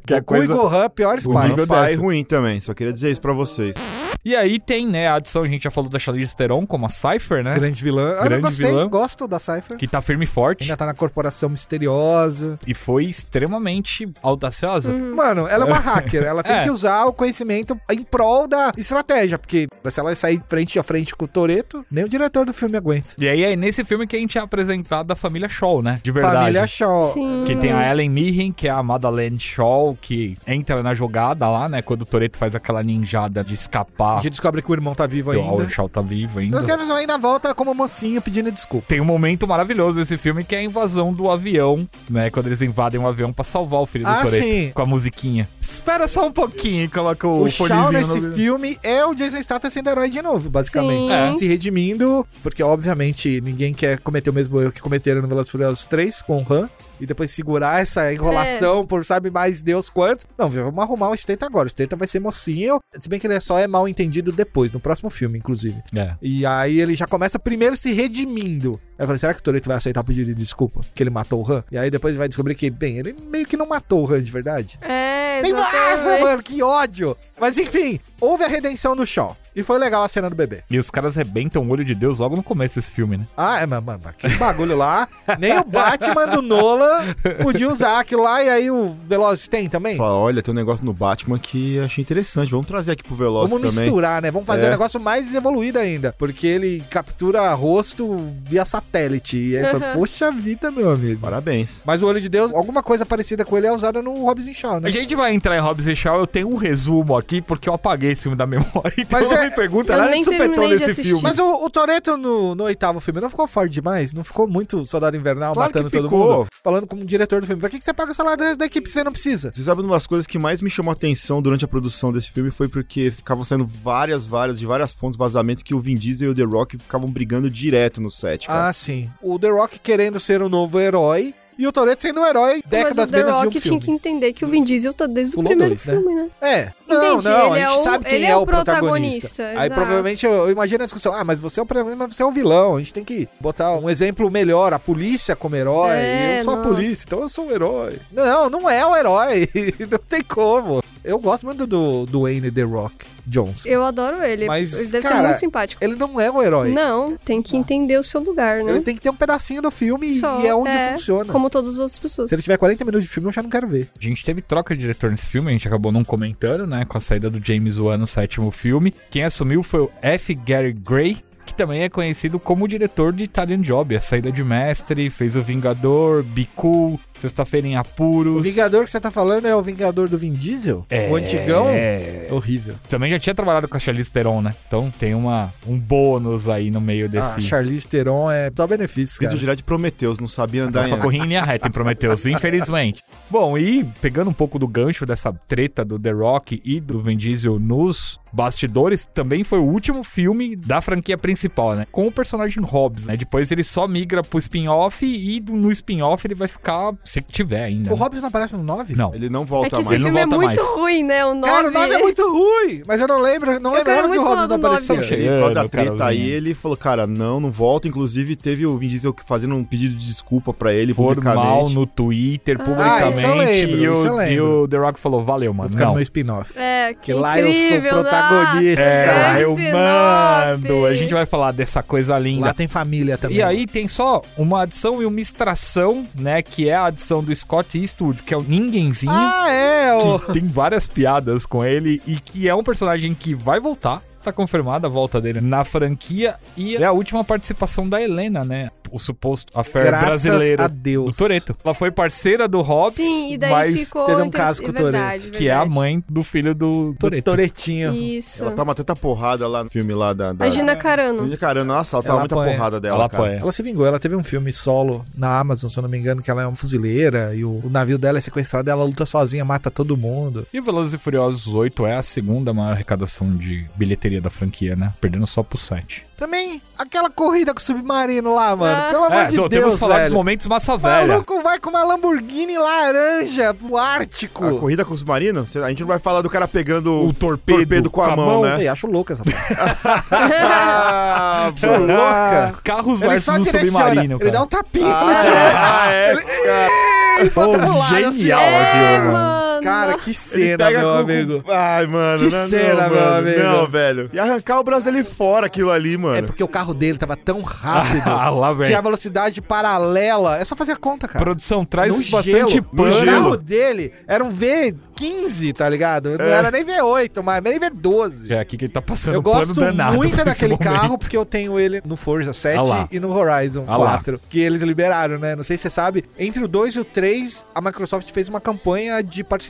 A: Que é
C: Goku e
A: coisa...
C: Gohan, piores
A: O
C: pais.
A: nível
D: Pai
A: dessa.
D: é ruim também, só queria dizer isso pra vocês.
A: E aí tem, né, a adição, a gente já falou da Charlize Theron como a Cypher, né?
C: Grande vilã. Ah, eu
A: Grande
C: gostei,
A: vilã.
C: gosto da Cypher.
A: Que tá firme e forte.
C: Ainda tá na corporação misteriosa.
A: E foi extremamente audaciosa.
C: Mano, ela é uma hacker. Ela tem
A: É.
C: que usar o conhecimento em prol da estratégia. Porque se ela sair frente a frente com o Toreto, nem o diretor do filme aguenta.
A: E aí é nesse filme que a gente é apresentado a família Shaw, né? De verdade.
C: Família Shaw.
B: Sim.
A: Que tem a Ellen Mirren, que é a Madeleine Shaw, que entra na jogada lá, né? Quando o Toreto faz aquela ninjada de
C: A
A: escapar.
C: gente descobre que o irmão tá vivo
A: O
C: ainda.
A: Howard Shaw tá vivo ainda.
C: Eu quero só ainda volta como mocinha pedindo desculpa.
A: Tem um momento maravilhoso desse filme que é a invasão do avião, né? Quando eles invadem um avião pra salvar o filho do
C: Ah,
A: Toreto.
C: sim.
A: Com a musiquinha. Espera só um pouquinho e coloca o,
C: O,
A: fonezinho
C: Shaw
A: no
C: nesse
A: ouvido.
C: filme é o Jason Statham sendo herói de novo, basicamente.
B: Sim. É.
C: Tá Se redimindo, porque obviamente ninguém quer cometer o mesmo erro que cometeram no Velozes e Furiosos 3 com o Han. E depois segurar essa enrolação por sabe mais Deus quantos. Não, vamos arrumar o Statham agora. O Statham vai ser mocinho. Se bem que ele só é mal entendido depois, no próximo filme, inclusive.
A: É.
C: E aí ele já começa primeiro se redimindo. Aí eu falei, será que o Toreto vai aceitar o pedido de desculpa? Que ele matou o Han? E aí depois vai descobrir que, bem, ele meio que não matou o Han de verdade.
B: É,
C: Tem né? vários,
B: exatamente.
C: mano, que ódio. Mas enfim, houve a redenção do Shaw. E foi legal a cena do bebê.
A: E os caras rebentam o olho de Deus logo no começo desse filme, né?
C: Ah, é, mano, mano, aquele bagulho lá. Nem o Batman do Nolan podia usar aquilo lá. E aí o Velozes tem também?
D: Fala, olha, tem um negócio no Batman que eu achei interessante, vamos trazer aqui pro Veloz
C: Vamos
D: também.
C: misturar, né? Vamos fazer
D: É.
C: um negócio mais evoluído ainda. Porque ele captura rosto via satélite. E aí foi,
B: Aham.
C: poxa vida, meu amigo.
D: Parabéns.
C: Mas o olho de Deus, alguma coisa parecida com ele é usada no Robson Shaw,
A: A
C: né?
A: gente vai entrar em Hobbs e Shaw, eu tenho um resumo aqui, porque eu apaguei esse filme da memória, então
C: Mas
A: não
C: é-
A: me pergunta
B: Eu
A: nada
B: nem
A: de supetão
B: terminei de
A: desse
B: assistir.
A: filme.
C: Mas o, o Toreto no, no oitavo filme não ficou forte demais? Não ficou muito soldado invernal
D: Claro
C: matando
D: que
C: todo
D: ficou.
C: mundo? Falando como diretor do filme. Pra que, que você paga o salário da- da equipe se você não precisa?
D: Você sabe uma das coisas que mais me chamou a atenção durante a produção desse filme foi porque ficavam saindo várias, várias, de várias fontes, vazamentos que o Vin Diesel e o
B: Ah,
D: The Rock ficavam brigando direto no set, cara.
C: Ah, sim. O The Rock querendo ser o novo herói. E o Toretto sendo o herói
B: Mas
C: décadas
B: o The
C: apenas de um
B: Rock tinha
C: filme.
B: que entender que o Vin Diesel tá desde o
C: Pulou
B: primeiro
C: dois, né?
B: filme, né?
C: É. Não,
B: Entendi,
C: não, a
B: ele
C: gente
B: é o-
C: sabe quem
B: ele
C: é, o protagonista.
B: protagonista,
C: Aí
B: exato.
C: provavelmente eu, eu imagino a discussão. Ah, mas você é o protagonista, mas você é um vilão. A gente tem que botar um exemplo melhor. A polícia como herói.
B: É,
C: eu sou
B: nossa.
C: a polícia, então eu sou o herói. Não, não é o herói. não tem como. Eu gosto muito do, do Wayne The Rock Johnson.
B: Eu adoro ele.
C: Mas,
B: ele deve ser
C: cara,
B: muito simpático.
C: Ele não é um herói.
B: Não, tem que entender o seu lugar,
C: Ele
B: né?
C: tem que ter um pedacinho do filme e-
B: Só,
C: e é onde
B: é,
C: funciona.
B: Como todas as outras pessoas.
C: Se ele tiver 40 minutos de filme, eu já não quero ver.
A: A gente teve troca de diretor nesse filme, a gente acabou não comentando, né? Com a saída do James Wan no sétimo filme. Quem assumiu foi o F. Gary Gray, que também é conhecido como o diretor de Italian Job. A saída de mestre, fez o Vingador, Bicu, Sexta-feira em
C: O
A: Apuros.
C: Vingador que você tá falando é o Vingador do Vin Diesel? O antigão? Ah,
A: É.
C: Horrível.
A: Também já tinha trabalhado com a Charlize Theron, né? Então tem uma, um bônus aí no meio
C: Ah,
A: desse...
C: Charlize Theron é só benefício, cara.
D: Escrito direto de Prometeus, não sabia andar
A: Eu só
D: em-
A: corri em linha reta em Prometheus, infelizmente. Bom, e pegando um pouco do gancho dessa treta do The Rock e do Vin Diesel nos bastidores, também foi o último filme da franquia principal, né? Com o personagem Hobbs, né? Depois ele só migra pro spin-off e do- no spin-off ele vai ficar, se tiver ainda.
C: O
A: né?
C: Hobbs não aparece no 9?
A: Não.
D: Ele não
B: É
D: volta
B: que esse
D: mais.
A: não
B: filme é
A: volta
B: muito
A: mais.
B: ruim, né? O nome...
C: Cara, o 9 é muito ruim! Mas eu não lembro, não
B: Eu
C: lembro
B: quero
C: que o
B: muito
C: Hobbs
B: falar
C: não
B: do nove.
C: apareceu.
A: Chega.
D: Ele, por causa da
A: Chegando,
D: treta aí,
A: Carolzinha.
D: ele falou, cara, não, não volta. Inclusive, teve o Vin Diesel fazendo um pedido de desculpa pra ele
A: Formal
D: publicamente.
A: no Twitter,
B: Ah,
A: publicamente.
B: isso
C: eu lembro,
A: e, o,
C: isso eu
A: e
C: lembro.
A: o The Rock falou: valeu,
C: Vou
A: mano.
C: ficar no
A: Não.
C: meu spin-off.
B: É, que,
C: Que lá eu sou
B: incrível,
C: protagonista.
B: nossa,
A: É,
B: grande
A: eu
B: spin-off.
A: mando. A gente vai falar dessa coisa linda.
C: Lá tem família também.
A: E aí tem só uma adição e uma extração, né? Que é a adição do Scott Eastwood, que é o Ninguémzinho.
C: Ah, é! O...
A: Que tem várias piadas com ele e que é um personagem que vai voltar. Tá confirmada a volta dele na franquia. E é a última participação da Helena, né? O suposto affair
C: Graças
A: brasileiro
C: a
A: do
C: Deus.
A: Toreto. Ela foi parceira do Hobbs,
B: Sim, e daí
A: mas
B: ficou...
C: teve um
B: entre-
C: caso com o
B: verdade,
A: que é a
B: verdade.
A: mãe do filho do
C: Do
A: Toreto.
C: Toretinho.
B: Isso.
D: Ela tá tava tanta porrada lá no filme lá da... da...
B: A Gina Carano.
D: Gina Carano, nossa, ela tava
C: Ela
D: muita
C: apanha.
D: porrada dela,
A: Ela
D: cara.
A: apanha.
C: Ela se vingou, ela teve um filme solo na Amazon, se eu não me engano, que ela é uma fuzileira e o, o navio dela é sequestrado, ela luta sozinha, mata todo mundo.
A: E o Velozes e Furiosos 8 é a segunda maior arrecadação de bilheteria da franquia, né? Perdendo só pro 7.
C: Também aquela corrida com o submarino lá, mano.
B: Ah.
C: Pelo amor
A: É,
C: de
A: então,
C: Deus,
A: temos que falar dos
C: velho.
A: momentos massa
C: O
A: velha.
C: maluco vai com uma Lamborghini laranja pro Ártico.
D: A corrida com o submarino, cê- a gente não vai falar do cara pegando
A: O torpedo
D: com a, mão, né?
C: Ei, acho louca essa porra.
D: Ah,
C: Acho louca.
A: Carros
C: Ele
A: versus
C: só
A: o
C: direciona,
A: submarino, cara.
C: ele dá um tapinha.
D: ah, é.
C: ele bota
A: Oh,
C: pro lado, assim,
A: genial
C: ó.
A: aqui, mano.
B: É, Mano,
C: Cara, que
D: Ele
C: cena,
D: pega
C: meu
D: com-
C: amigo.
D: Ai, mano.
C: Que
D: não,
C: cena,
D: não,
C: meu
D: mano.
C: amigo.
D: Não, velho. E arrancar o braço dele fora, aquilo ali,
C: É
D: mano.
C: porque o carro dele tava tão rápido
A: Ah, lá,
C: que é a
A: velho.
C: velocidade paralela... É só fazer a conta, cara.
A: Produção, traz
C: No
A: bastante
C: gelo,
A: pano.
C: O carro dele era um V15, tá ligado? Não era nem V8, mas nem V12.
A: É aqui que ele tá passando
C: Eu
A: um pano
C: gosto
A: danado
C: muito
A: pra esse
C: daquele
A: momento.
C: carro porque eu tenho ele no Forza 7
A: Ah lá.
C: e no Horizon
A: Ah lá.
C: 4, que eles liberaram, né? Não sei se você sabe, entre o 2 e o 3, a Microsoft fez uma campanha de parceria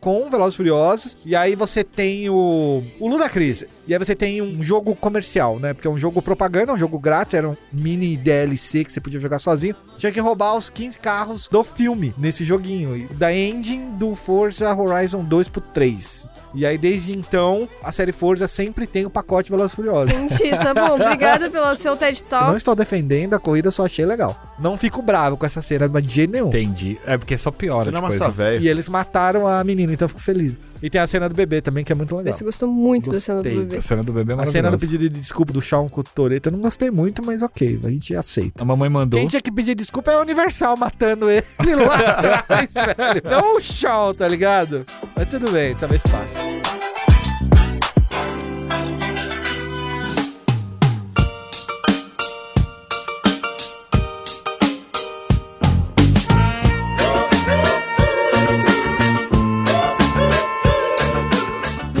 C: com o Velozes e Furiosos, e aí você tem o, o Ludacris, e aí você tem um jogo comercial, né? Porque é um jogo propaganda, um jogo grátis, era um mini DLC que você podia jogar sozinho. Tinha que roubar os 15 carros do filme nesse joguinho, e da engine do Forza Horizon 2 pro 3. E aí, desde então, a série Forza sempre tem o pacote Velozes e Furiosos.
B: Entendi, tá bom. Obrigada pelo seu TED
C: Eu não
B: Talk.
C: estou defendendo a corrida, eu só achei legal. Não fico bravo com essa cena, mas de jeito nenhum.
A: Entendi. É porque só piora.
D: Você não é
A: depois,
D: massa
A: né?
D: velha.
C: E eles mataram a menina, então eu fico feliz. E tem a cena do bebê também, que é muito legal.
B: Você gostou muito da cena do
C: Gostei.
B: bebê.
A: A cena do bebê é
C: A cena do
A: maravilhosa.
C: pedido de desculpa do Shawn com o Toreto, eu não gostei muito, mas ok, a gente aceita.
A: A mamãe mandou.
C: Quem tinha que pedir desculpa é a Universal matando ele lá atrás, velho. Não o Shawn, tá ligado? Mas tudo bem, dessa vez passa.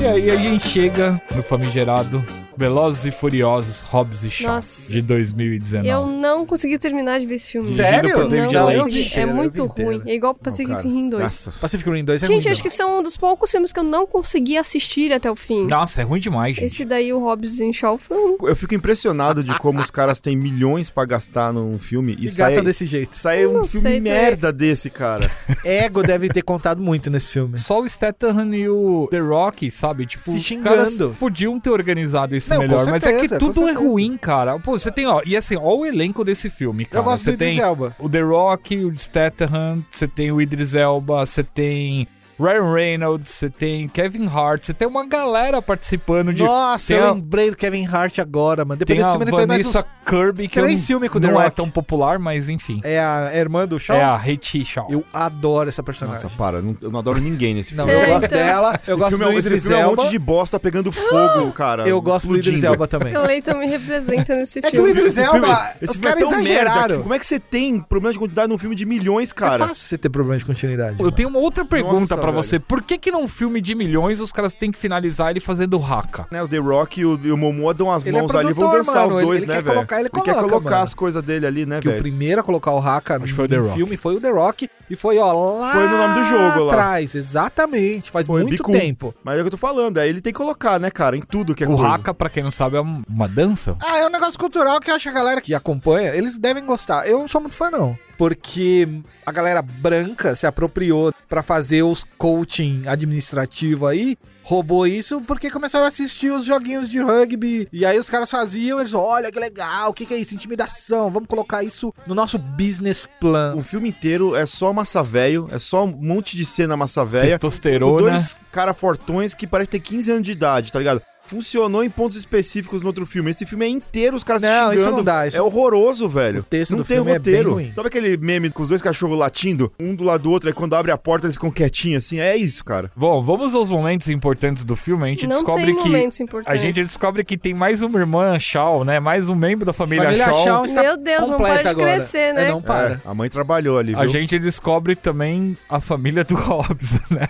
A: E aí a gente chega no famigerado Velozes e Furiosos Hobbs e Shaw
B: Nossa.
A: de 2019.
B: Eu não consegui terminar de ver esse filme.
A: Sério? por David
B: Não,
A: Lynch.
B: eu
A: Eu
B: vi. É muito ruim. É igual Pacific
D: cara. tá
B: Rim 2.
D: Nossa,
C: Pacific Rim 2 é
B: Gente,
C: ruim,
B: acho que são um dos poucos filmes que eu não consegui assistir até o fim.
A: Nossa, é ruim demais, gente.
B: Esse daí, o Hobbs e Shaw, foi um.
D: Eu fico impressionado
B: Ah,
D: de como os caras têm milhões pra gastar num filme e,
C: E
D: sai,
C: gastam desse jeito.
D: sai
B: Eu
D: um
B: não
D: filme
B: sei,
D: merda desse, cara.
C: Ego deve ter contado muito nesse filme.
A: Só o Statham e o The Rock, sabe? Tipo,
C: Se
A: os
C: xingando.
A: caras podiam ter organizado isso isso
C: Não, com
A: melhor. Mas é que
C: certeza, com
A: tudo é
C: certeza.
A: ruim, cara. Pô, você tem, ó. E assim, ó o elenco desse filme, cara.
C: Eu gosto
A: você
C: do Idris
A: tem
C: Elba.
A: o The Rock, o Statham, você tem o Idris Elba, você tem. Ryan Reynolds, você tem Kevin Hart, você tem uma galera participando de.
C: Nossa,
A: tem
C: eu
A: a-
C: lembrei do Kevin Hart agora, mano.
A: Tem
C: Depois desse
A: a
C: filme ele fez mais um
A: Vanessa
C: uns...
A: Kirby, que eu
C: três filmes com o The
A: não é
C: Rock.
A: tão popular, mas enfim.
C: É a irmã do Shaw?
A: É a Haiti Shaw.
C: Eu adoro essa personagem.
D: Nossa, para. não- eu não adoro ninguém nesse
C: Não,
D: filme.
C: eu
B: É,
C: gosto
B: então.
C: dela. Eu
D: Esse
C: gosto
D: filme é-
C: do
D: esse
C: Idris
D: filme é um
C: Elba.
D: monte de bosta pegando fogo, cara.
C: Eu gosto do Idris
D: explodindo.
C: Elba também.
B: O Leiton me representa nesse
C: É que o
B: filme.
C: Idris
D: Esse filme-
C: Elba,
D: esse
C: os
D: filme é
C: caras
D: tão merda que-
C: exageraram.
D: Como é que você tem problema de quantidade num filme de milhões,
C: É
D: cara?
C: fácil você ter problema de continuidade.
A: Eu
C: mano.
A: tenho uma outra pergunta
D: Nossa,
A: pra
D: velho.
A: você. Por que que num filme de milhões os caras têm que finalizar ele fazendo raca?
D: Né, o The Rock e o, e o Momoa dão as
C: Ele é
D: mãos ali, vão
C: produtor,
D: dançar
C: mano,
D: os
C: ele-
D: dois,
C: ele
D: né,
C: quer
D: velho?
C: colocar, ele
D: quer
C: coloca,
D: colocar
C: mano.
D: as coisas dele ali, né,
C: que o
D: velho?
C: primeiro a colocar o Haka
A: Acho
C: no
A: que foi o The Rock.
C: filme foi o The Rock. E foi, ó, lá
D: Foi no nome do jogo, lá.
C: atrás, exatamente. Faz
D: Foi
C: muito
D: bico.
C: tempo.
D: Mas é o que eu tô falando, aí ele tem que colocar, né, cara, em tudo que é
A: O
D: coisa.
A: raca, pra quem não sabe, é um- uma dança?
C: Ah, é um negócio cultural que eu acho que a galera que acompanha, eles devem gostar. Eu não sou muito fã, não. Porque a galera branca se apropriou pra fazer os coaching administrativo aí, roubou isso porque começaram a assistir os joguinhos de rugby. E aí os caras faziam, eles, olha que legal, o que, que é isso? Intimidação, vamos colocar isso no nosso business plan.
D: O filme inteiro é só massa velho, é só um monte de cena massa velha. Com
A: Testosterona.
D: dois cara fortões que parece ter 15 anos de idade, tá ligado? Funcionou em pontos específicos no outro filme. Esse filme é inteiro os caras se
C: Não,
D: xingando.
C: isso não dá, isso-
D: É horroroso, velho.
C: O texto
D: não
C: do
D: tem
C: filme é bem
D: roteiro.
C: ruim.
D: Sabe aquele meme com os dois cachorros latindo, um do lado do outro, aí quando abre a porta eles ficam quietinhos assim? É isso, cara.
A: Bom, vamos aos momentos importantes do filme. A gente
B: Não
A: descobre
B: tem
A: que.
B: momentos
A: A
B: importantes.
A: gente descobre que tem mais uma irmã Shaw, né? Mais um membro da família, Shaw.
B: Meu Deus, não
C: completa
B: para de crescer, né?
C: É, não para.
D: É, a mãe trabalhou ali, viu?
A: A gente descobre também a família do Hobbs, né?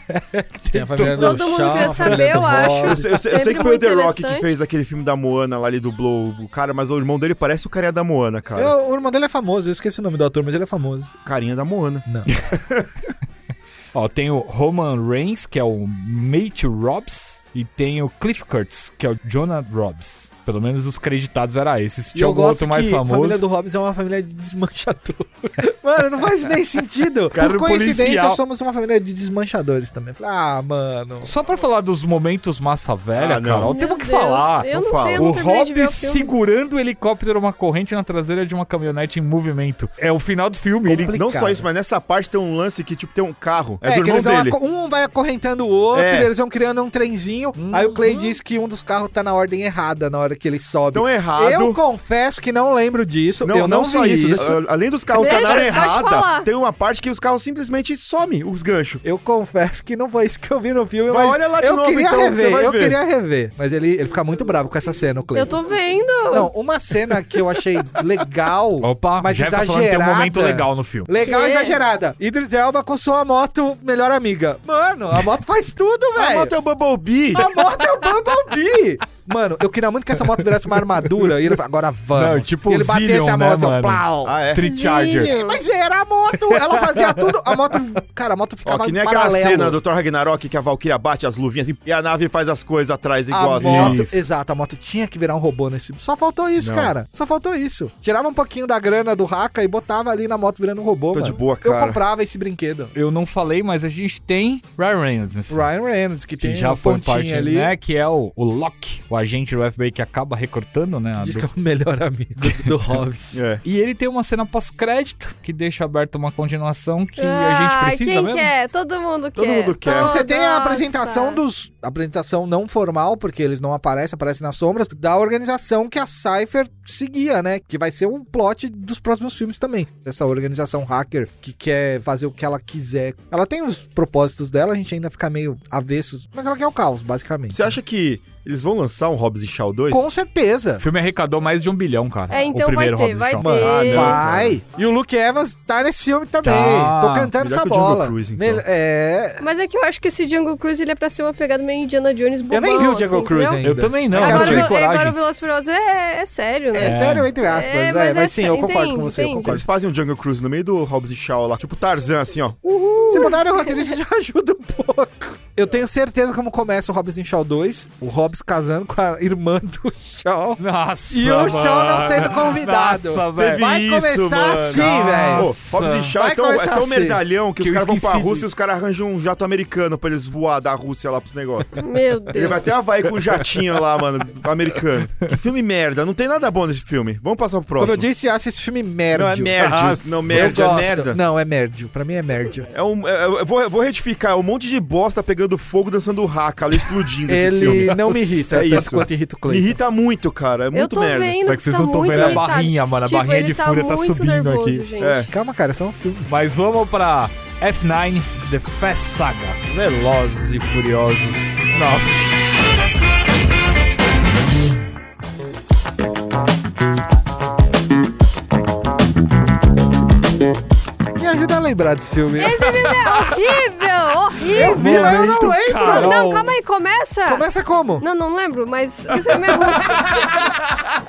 C: Tem a família
B: Todo
C: do
B: mundo
C: Shaw,
B: queria
C: a família
B: saber,
C: do
B: eu acho.
D: Eu,
C: Boris.
D: sei- eu sei- eu
B: Sempre
D: sei que foi o
B: muito
D: The Rock que
B: interessante.
D: fez aquele filme da Moana lá, ele dublou o cara, mas o irmão dele parece o carinha da Moana, cara.
C: Eu- o irmão dele é famoso, eu esqueci o nome do ator, mas ele é famoso.
D: Carinha da Moana.
C: Não.
A: Ó, tem o Roman Reigns, que é o Nate Robbs, e tem o Cliff Curtis, que é o Jonah Robbs. Pelo menos os creditados era esse. Se
C: E
A: tinha
C: eu
A: algum
C: gosto
A: outro mais
C: que
A: famoso.
C: a família do Hobbes é uma família de desmanchador. Mano, não faz nem sentido.
A: Cara,
C: Por
A: o
D: um
C: coincidência,
A: policial.
C: somos uma família de desmanchadores também. Falei, Ah, mano.
A: Só pra falar dos momentos massa velha,
D: Ah, não.
A: Carol,
B: Meu
A: temos que
B: Deus,
A: falar.
B: Eu não
D: vamos
B: sei, eu
D: falar.
A: O
B: não terminei de ver
A: Hobbs
B: o filme.
A: segurando o helicóptero uma corrente na traseira de uma caminhonete em movimento. É o final do filme. Ele...
C: Complicado.
D: Não só isso, mas nessa parte tem um lance que, tipo, tem um carro. É, do
C: que
D: irmão
C: eles vão
D: dele.
C: aco- um vai acorrentando o outro,
D: É. Uhum.
C: e eles vão criando um trenzinho. Aí o Clay diz que um dos carros tá na ordem errada na hora que ele sobe.
D: Então é errado.
C: Eu confesso que não lembro disso.
D: Não,
C: eu não,
D: não só
C: vi
D: isso. né?
C: isso.
D: a- Além dos carros
B: Deixa,
D: estar na área
B: pode falar.
D: errada, tem uma parte que os carros simplesmente somem os ganchos.
C: Eu confesso que não foi isso que eu vi no filme,
D: Vai,
C: mas
D: olha lá de
C: eu
D: novo,
C: queria
D: então, que você
C: rever,
D: vai
C: eu
D: ver.
C: queria rever. Mas ele, ele fica muito bravo com essa cena, o Clay.
B: Eu tô vendo.
C: Não, uma cena que eu achei legal,
A: Opa,
C: mas
A: já tá falando que tem
C: exagerada.
A: um momento legal no filme.
C: Legal
B: Que?
C: e exagerada. Idris Elba com sua moto melhor amiga. Mano, a moto faz tudo,
D: A
C: velho.
D: moto é o Bumblebee.
C: A moto é o Bumblebee! Mano, eu queria muito que essa moto virasse uma armadura e ele fala, agora vamos.
A: Não, tipo
C: e ele
A: o Zillion,
C: a
A: né,
C: moto,
A: mano?
C: plau.
D: Ah, é?
A: Tricharger.
B: Zinho.
C: Mas era a moto, ela fazia tudo. A moto, cara, a moto
D: Ó,
C: ficava
D: que nem aquela
C: paralela.
D: cena do Thor Ragnarok que a Valkyria bate as luvinhas assim, e a nave faz as coisas atrás igual
C: A
D: assim. ó.
C: moto,
A: Isso.
C: exato, a moto tinha que virar um robô nesse filme. Só faltou isso,
D: Não.
C: cara. Só faltou isso. Tirava um pouquinho da grana do Haka e botava ali na moto virando um robô,
D: Tô
C: mano.
D: de boa,
C: Eu
D: cara.
C: comprava esse brinquedo.
A: Eu não falei, mas a gente tem Ryan Reynolds nesse filme.
C: Ryan Reynolds, que tem
A: Que já
C: uma
A: foi
C: pontinha
A: parte,
C: ali.
A: né? Que é o, o Locke, o agente do FBI que acaba recrutando, né? a
C: Diz
A: dupla.
C: que é o melhor amigo do Hobbs.
D: É.
A: E ele tem uma cena pós-crédito que deixa aberta uma continuação que a gente
B: Ah,
A: precisa
B: quem
A: mesmo.
B: quer? Todo mundo quer.
D: Todo mundo quer.
B: Todo-
C: Você tem a
B: Nossa.
C: apresentação dos. Apresentação não formal, porque eles não aparecem, aparecem nas sombras, da organização que a Cypher seguia, né? Que vai ser o plot dos próximos filmes também. Essa organização hacker que quer fazer o que ela quiser. Ela tem os propósitos dela, a gente ainda fica meio avesso, mas ela quer o caos, basicamente.
D: Você acha que eles vão lançar um Hobbs e Shaw 2?
C: Com certeza.
A: O filme arrecadou mais de um bilhão, cara.
B: É, então
A: o
B: vai
A: primeiro
B: ter,
A: Hobbs
B: vai
A: Shaw.
B: ter.
D: Ah, não.
C: Vai! E o Luke Evans tá nesse filme também.
A: Tá.
C: Tô cantando
D: Melhor
C: essa
D: que o Jungle
C: bola.
D: Cruise, então.
C: Mel- É.
B: Mas é que eu acho que esse Jungle Cruise ele é pra ser uma pegada meio Indiana Jones bobão,
C: Eu nem vi o Jungle
B: assim,
C: Cruise
B: entendeu?
C: ainda.
A: Eu também não, eu não
B: Agora,
A: tive
B: o- agora o
A: coragem.
B: Velozes e Furiosos é, é sério,
C: É,
B: né?
C: sério, entre aspas.
B: É,
C: É,
B: mas
C: mas,
B: é
C: sim,
B: sé-
C: eu concordo
B: entende,
C: com você,
B: entende.
C: eu concordo.
D: Eles fazem um Jungle Cruise no meio do Hobbs e Shaw lá, tipo Tarzan, assim, ó.
C: Se mudarem o roteirista já ajuda um pouco. Eu tenho certeza como começa o Robinson Shaw 2. O Hobbs casando com a irmã do Shaw.
A: Nossa,
C: E o show não
A: mano.
C: sendo convidado.
A: Nossa, velho.
C: Vai começar assim, velho.
D: Pô, Hobbs e Shaw
C: Vai
D: é tão, é
C: começar
D: tão
C: assim.
D: merdalhão que,
A: Que
D: os
A: eu
D: caras vão pra
A: esqueci
D: Rússia
A: de-
D: e os caras arranjam um jato americano pra eles voar da Rússia lá pros negócios.
B: Meu
D: É. Ele
B: Deus.
D: vai até Havaí com um jatinho lá, mano, americano. Que filme merda, não tem nada bom nesse filme. Vamos passar pro
C: Como
D: próximo.
C: eu disse, acha esse filme merda.
D: não, é merda.
A: Nossa.
D: Não, merda, é merda.
C: Não, é merda. Pra mim é merda.
D: É um, é- eu vou, eu vou retificar, é um monte de bosta pegando fogo, dançando raca, ali explodindo esse filme.
C: Ele não me irrita,
D: É
C: tanto
D: isso.
C: quanto irrita o
D: Me
C: Clayton.
D: irrita muito, cara. É
B: Eu
D: muito
B: tô
D: merda.
B: vendo
A: É que
B: que
A: vocês
B: tá
A: não tão
B: muito
A: vendo a
B: irritado.
A: barrinha, mano. A
B: Tipo,
A: barrinha
B: ele
A: de fúria tá
B: muito
A: subindo
B: nervoso,
A: aqui.
B: Gente.
D: É.
C: Calma, cara, é só um filme.
A: Mas vamos pra F9 The Fast Saga. Velozes e Furiosos. Não.
C: Me ajuda a lembrar desse filme.
B: Esse filme é horrível, horrível.
C: Eu vi, né? mas eu não lembro.
A: cara.
B: Não,
A: Não.
B: calma aí, começa.
C: Começa como?
B: Não, não lembro, mas esse filme é ruim.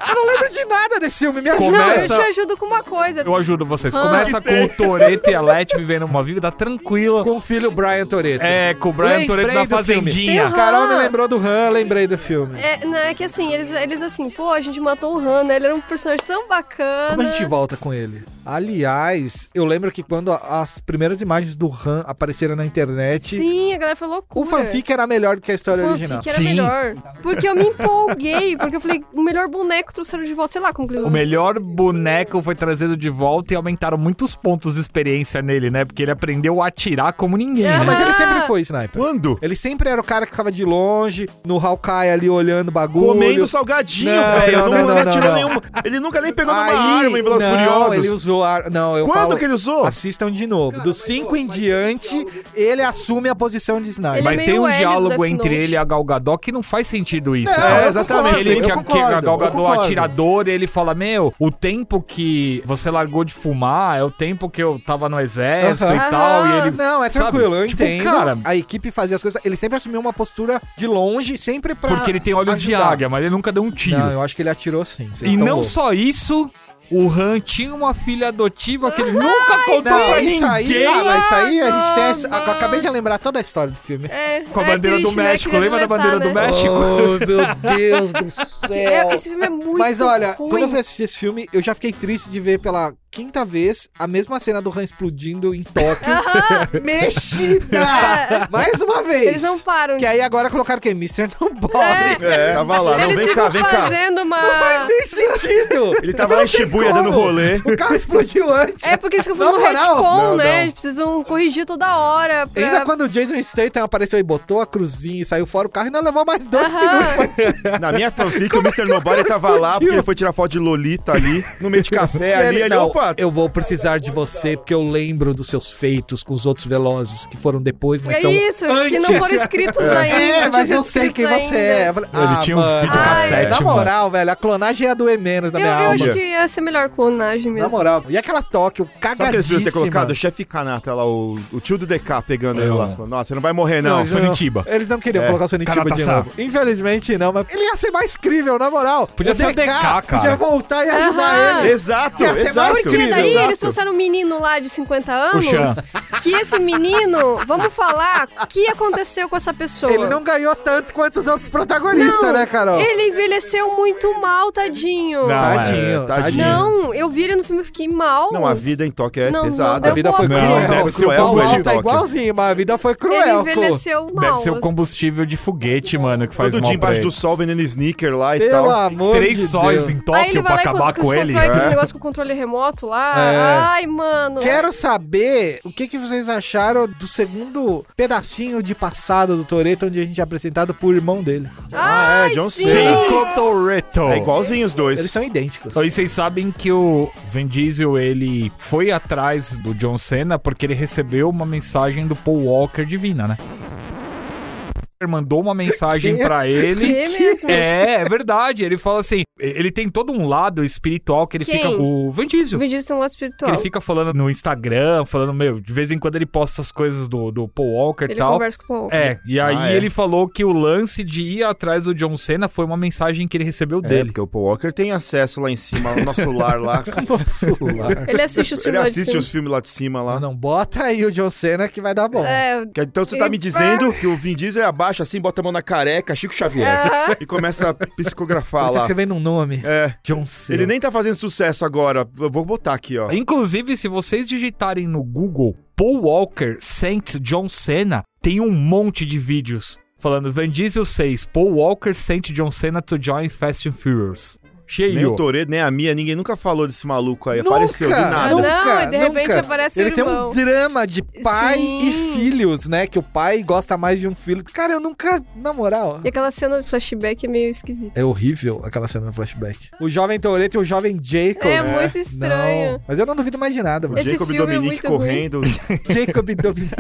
C: Eu não lembro de nada desse filme. Me ajuda.
B: Não, eu
A: Começa-
B: te ajudo com uma coisa.
A: Eu ajudo vocês.
B: Ah.
A: Começa com o Toreto e a Leti vivendo uma vida tranquila.
C: Com o filho Brian Toretto.
A: É, com o Brian Toreto
C: Lembrei
A: na
C: do filme.
A: fazendinha.
B: Tem
C: Carol me
B: Han.
C: lembrou do Han, lembrei do filme.
B: É, não, é que assim, eles, eles assim, pô, a gente matou o Han, né? Ele era um personagem tão bacana.
C: Como é a gente volta com ele? Aliás, eu lembro que quando a- as primeiras imagens do Han apareceram na internet,
B: Sim, a galera foi loucura.
C: o fanfic era melhor do que a história original.
B: fanfic era
A: Sim.
B: melhor. Porque eu me empolguei, porque eu falei, o melhor boneco trouxeram de volta, sei lá como que eles
A: O melhor boneco foi trazido de volta e aumentaram muitos pontos de experiência nele, né? Porque ele aprendeu a atirar como ninguém,
B: É,
A: né?
C: Mas ele
B: Ah.
C: sempre foi sniper.
D: Quando?
C: Ele sempre era o cara que ficava de longe, no Hawkeye ali olhando o bagulho.
D: Comendo salgadinho,
C: Não,
D: velho.
C: não,
D: Não,
C: não, não,
D: atirou
C: não.
D: nenhum- Ele nunca nem pegou
C: Aí,
D: numa arma em Velas
C: não,
D: Furiosos.
C: ele usou ar... Não, eu
D: Quando
C: falo...
D: que ele usou?
C: Assistam de novo. Dos 5 em diante, ele assume a posição de sniper.
B: Ele é
A: Mas
B: meio
A: tem um
B: Hélio do
A: diálogo
B: Death
A: entre
B: Note.
A: ele e a Gal Gadot que não faz sentido isso.
C: Não,
A: cara.
C: eu
D: exatamente.
A: Ele
C: concordo,
A: que,
C: eu
A: que a
C: concordo,
A: Gal
C: eu
A: Gadot é
C: concordo.
A: atirador, ele fala: Meu, o tempo que você largou de fumar é o tempo que eu tava no exército
C: Aham.
A: e tal. E
B: Aham.
A: ele.
C: Não, é
A: sabe?
C: tranquilo, eu
A: Tipo,
C: entendo.
A: cara-
C: a equipe fazia as coisas. Ele sempre assumiu uma postura de longe, sempre pra.
A: Porque ele tem olhos de
C: ajudar.
A: águia, mas ele nunca deu um tiro.
C: Não, eu acho que ele atirou sim. vocês
A: e
C: tão
A: não
C: loucos.
A: só isso. O Han tinha uma filha adotiva que
B: Ah,
A: ele nunca contou
C: Não,
A: pra
C: isso aí,
A: ninguém.
C: ah, mas isso aí a gente tem. essa-
B: Ah,
C: eu acabei de lembrar toda a história do filme.
B: É,
A: Com a
B: é
A: bandeira
B: triste,
A: do
B: né?
A: México.
B: Queria
A: Lembra da bandeira do
B: deletar, né?
A: México?
C: Oh, meu Deus do céu.
B: É, esse filme é muito
C: Mas olha,
B: ruim.
C: quando eu fui assistir esse filme, eu já fiquei triste de ver pela quinta vez a mesma cena do Han explodindo em Tóquio. Mexida! Mais uma vez!
B: Eles não param.
C: Que é- aí agora colocaram o quê? Mr. Nobody.
D: É, tava lá. Não,
B: Eles
D: vem
B: ficam
D: cá, vem cá.
B: fazendo uma...
C: Faz nem sentido!
D: Ele tava lá em Shibuya dando
C: como.
D: rolê.
C: O carro explodiu antes.
B: É porque eles ficam
C: Na
B: falando
C: moral?
B: retcon,
D: Não,
B: né?
D: não.
B: Eles precisam corrigir toda hora. Pra...
C: Ainda quando o Jason Statham apareceu e botou a cruzinha e saiu fora, o carro ainda levou mais dois minutos.
B: Aham.
D: Na minha fanfic, o Mr. Nobody tava lá porque ele foi tirar foto de Lolita ali, no meio é de café
C: E
D: ali. Ele,
C: não,
D: opa,
C: eu vou precisar de você porque eu lembro dos seus feitos com os outros velozes que foram depois, mas
B: É
C: são
B: isso, que
C: antes.
B: não foram escritos ainda.
C: É,
B: não
C: mas
B: tinha
C: eu
B: sido
C: sei quem
B: escritos
C: você
B: ainda.
C: é. Eu falei,
A: Ele tinha um
C: mano.
A: videocassete,
C: Na
A: mano.
C: moral, velho, a clonagem é a do Emenas da
B: Eu,
C: minha
B: eu
C: alma.
B: acho
D: Olha.
B: que ia ser melhor clonagem
C: Na
B: mesmo.
C: moral. E aquela Tóquio
D: Sabe o que eles
C: cagadíssima.
D: deviam ter colocado? O chefe Kanata lá, o, o tio do DK pegando ele
A: Eu.
D: lá. Falou, Nossa, você não vai morrer, não.
C: Não,
D: Só-
C: não-
A: Sonitiba.
C: Eles não queriam
D: É.
C: colocar o Sonitiba de
A: Karataçá.
C: novo. Infelizmente não, mas ele ia ser mais crível, na moral.
A: Podia ser o DK,
C: Podia
A: cara.
C: voltar e ajudar
B: Aham.
C: ele.
D: Exato,
C: Ia ser mais
D: exato.
B: Porque daí
D: Exato.
B: eles trouxeram um menino lá de 50 anos.
A: Chan.
B: Que esse menino, vamos falar o que aconteceu com essa
D: é
B: pessoa.
C: Ele não ganhou tanto quanto os outros protagonistas, né, Carol?
B: Ele envelheceu muito mal, tadinho.
A: Não.
C: Tadinho, tadinho.
D: é, tadinho.
B: Não, eu vi ele no filme e fiquei mal.
D: Não, a vida em Tóquio é
B: Não, não
D: pesada. é
B: deu
C: A vida foi
A: Não,
C: cruel.
A: deve
C: O
A: ser um o
C: Paulo
A: combustível.
D: tipo,
C: tá igualzinho, mas a vida foi
B: Ele
C: é cruel. pô.
B: envelheceu mal.
A: Deve ser um o combustível de foguete, mano, que faz
D: Todo dia
A: mal pra
D: embaixo
A: ele.
D: do sol vendendo sneaker lá e
C: Pelo
D: tal.
C: amor
A: Três
C: de
A: sóis
C: Deus.
A: em
B: Aí ele
A: Tóquio
B: vai
A: pra
B: lá e
A: acabar com
B: constrói
A: um ele.
B: aquele
D: É.
B: negócio com controle remoto lá.
C: É.
B: Ai, mano.
C: Quero saber o que, que vocês acharam do segundo pedacinho de passado do Toreto, onde a gente é apresentado por irmão dele.
D: Ah, é,
B: Ai,
D: John
B: sim.
D: Cena.
A: Jacob Toretto.
D: É igualzinho os dois.
C: Eles são idênticos.
A: E vocês sabem que o Vin Diesel, ele foi atrás do John Cena porque ele recebeu uma mensagem do Paul Walker divina, né? Ele Mandou uma mensagem
D: é?
C: Que?
A: pra ele.
B: Que mesmo?
A: É, é verdade. Ele fala assim, ele tem todo um lado espiritual que ele
B: Quem?
A: fica... O Vin Diesel.
B: O vídeo tem um lado
A: Que
B: espiritual.
A: ele fica falando no Instagram, falando, meu, de vez em quando ele posta as coisas do, do Paul Walker e
B: Ele
A: tal.
B: conversa com o Paul.
A: É, e aí
D: Ah, é.
A: ele falou que o lance de ir atrás do John Cena foi uma mensagem que ele recebeu
D: É,
A: dele.
D: porque o Paul Walker tem acesso lá em cima, ao nosso lar lá.
B: Ele assiste os
D: Ele
B: filmes lá de
D: assiste
B: cima.
D: os filmes lá de
C: Ah,
D: cima lá.
C: Não, não, bota aí o John Cena que vai dar bom.
B: É,
D: Que- Então você tá me dizendo que o Vin Diesel é abaixo baixo assim, bota a mão na careca, Chico Xavier.
B: Ah,
D: E começa a psicografar
C: Ele tá
D: lá.
C: escrevendo um nome.
D: É.
C: John C.
D: Ele nem tá fazendo sucesso agora. Eu vou botar aqui, ó.
A: Inclusive, se vocês digitarem no Google Paul Walker Saint John Cena, tem um monte de vídeos falando Van Diesel 6, Paul Walker Saint John Cena to join Fast and Furious.
D: Nem o
A: Cheio.
D: Toreto, nem a Mia, ninguém nunca falou desse maluco aí.
C: Nunca!
D: Apareceu do nada.
B: não, e de repente
C: nunca.
B: aparece o
C: Ele tem um
B: irmão.
C: drama de pai
B: Sim.
C: e filhos, né? Que o pai gosta mais de um filho. Cara, eu nunca, na moral.
B: E aquela cena do flashback é meio esquisita.
C: É horrível aquela cena no flashback. O jovem Toreto e o jovem Jacob. né?
B: É muito estranho.
C: Não, mas eu não duvido mais de nada,
D: O
C: mano.
B: Esse
D: Jacob
B: filme é
D: Dominique
B: muito
D: correndo.
C: Jacob Dominic.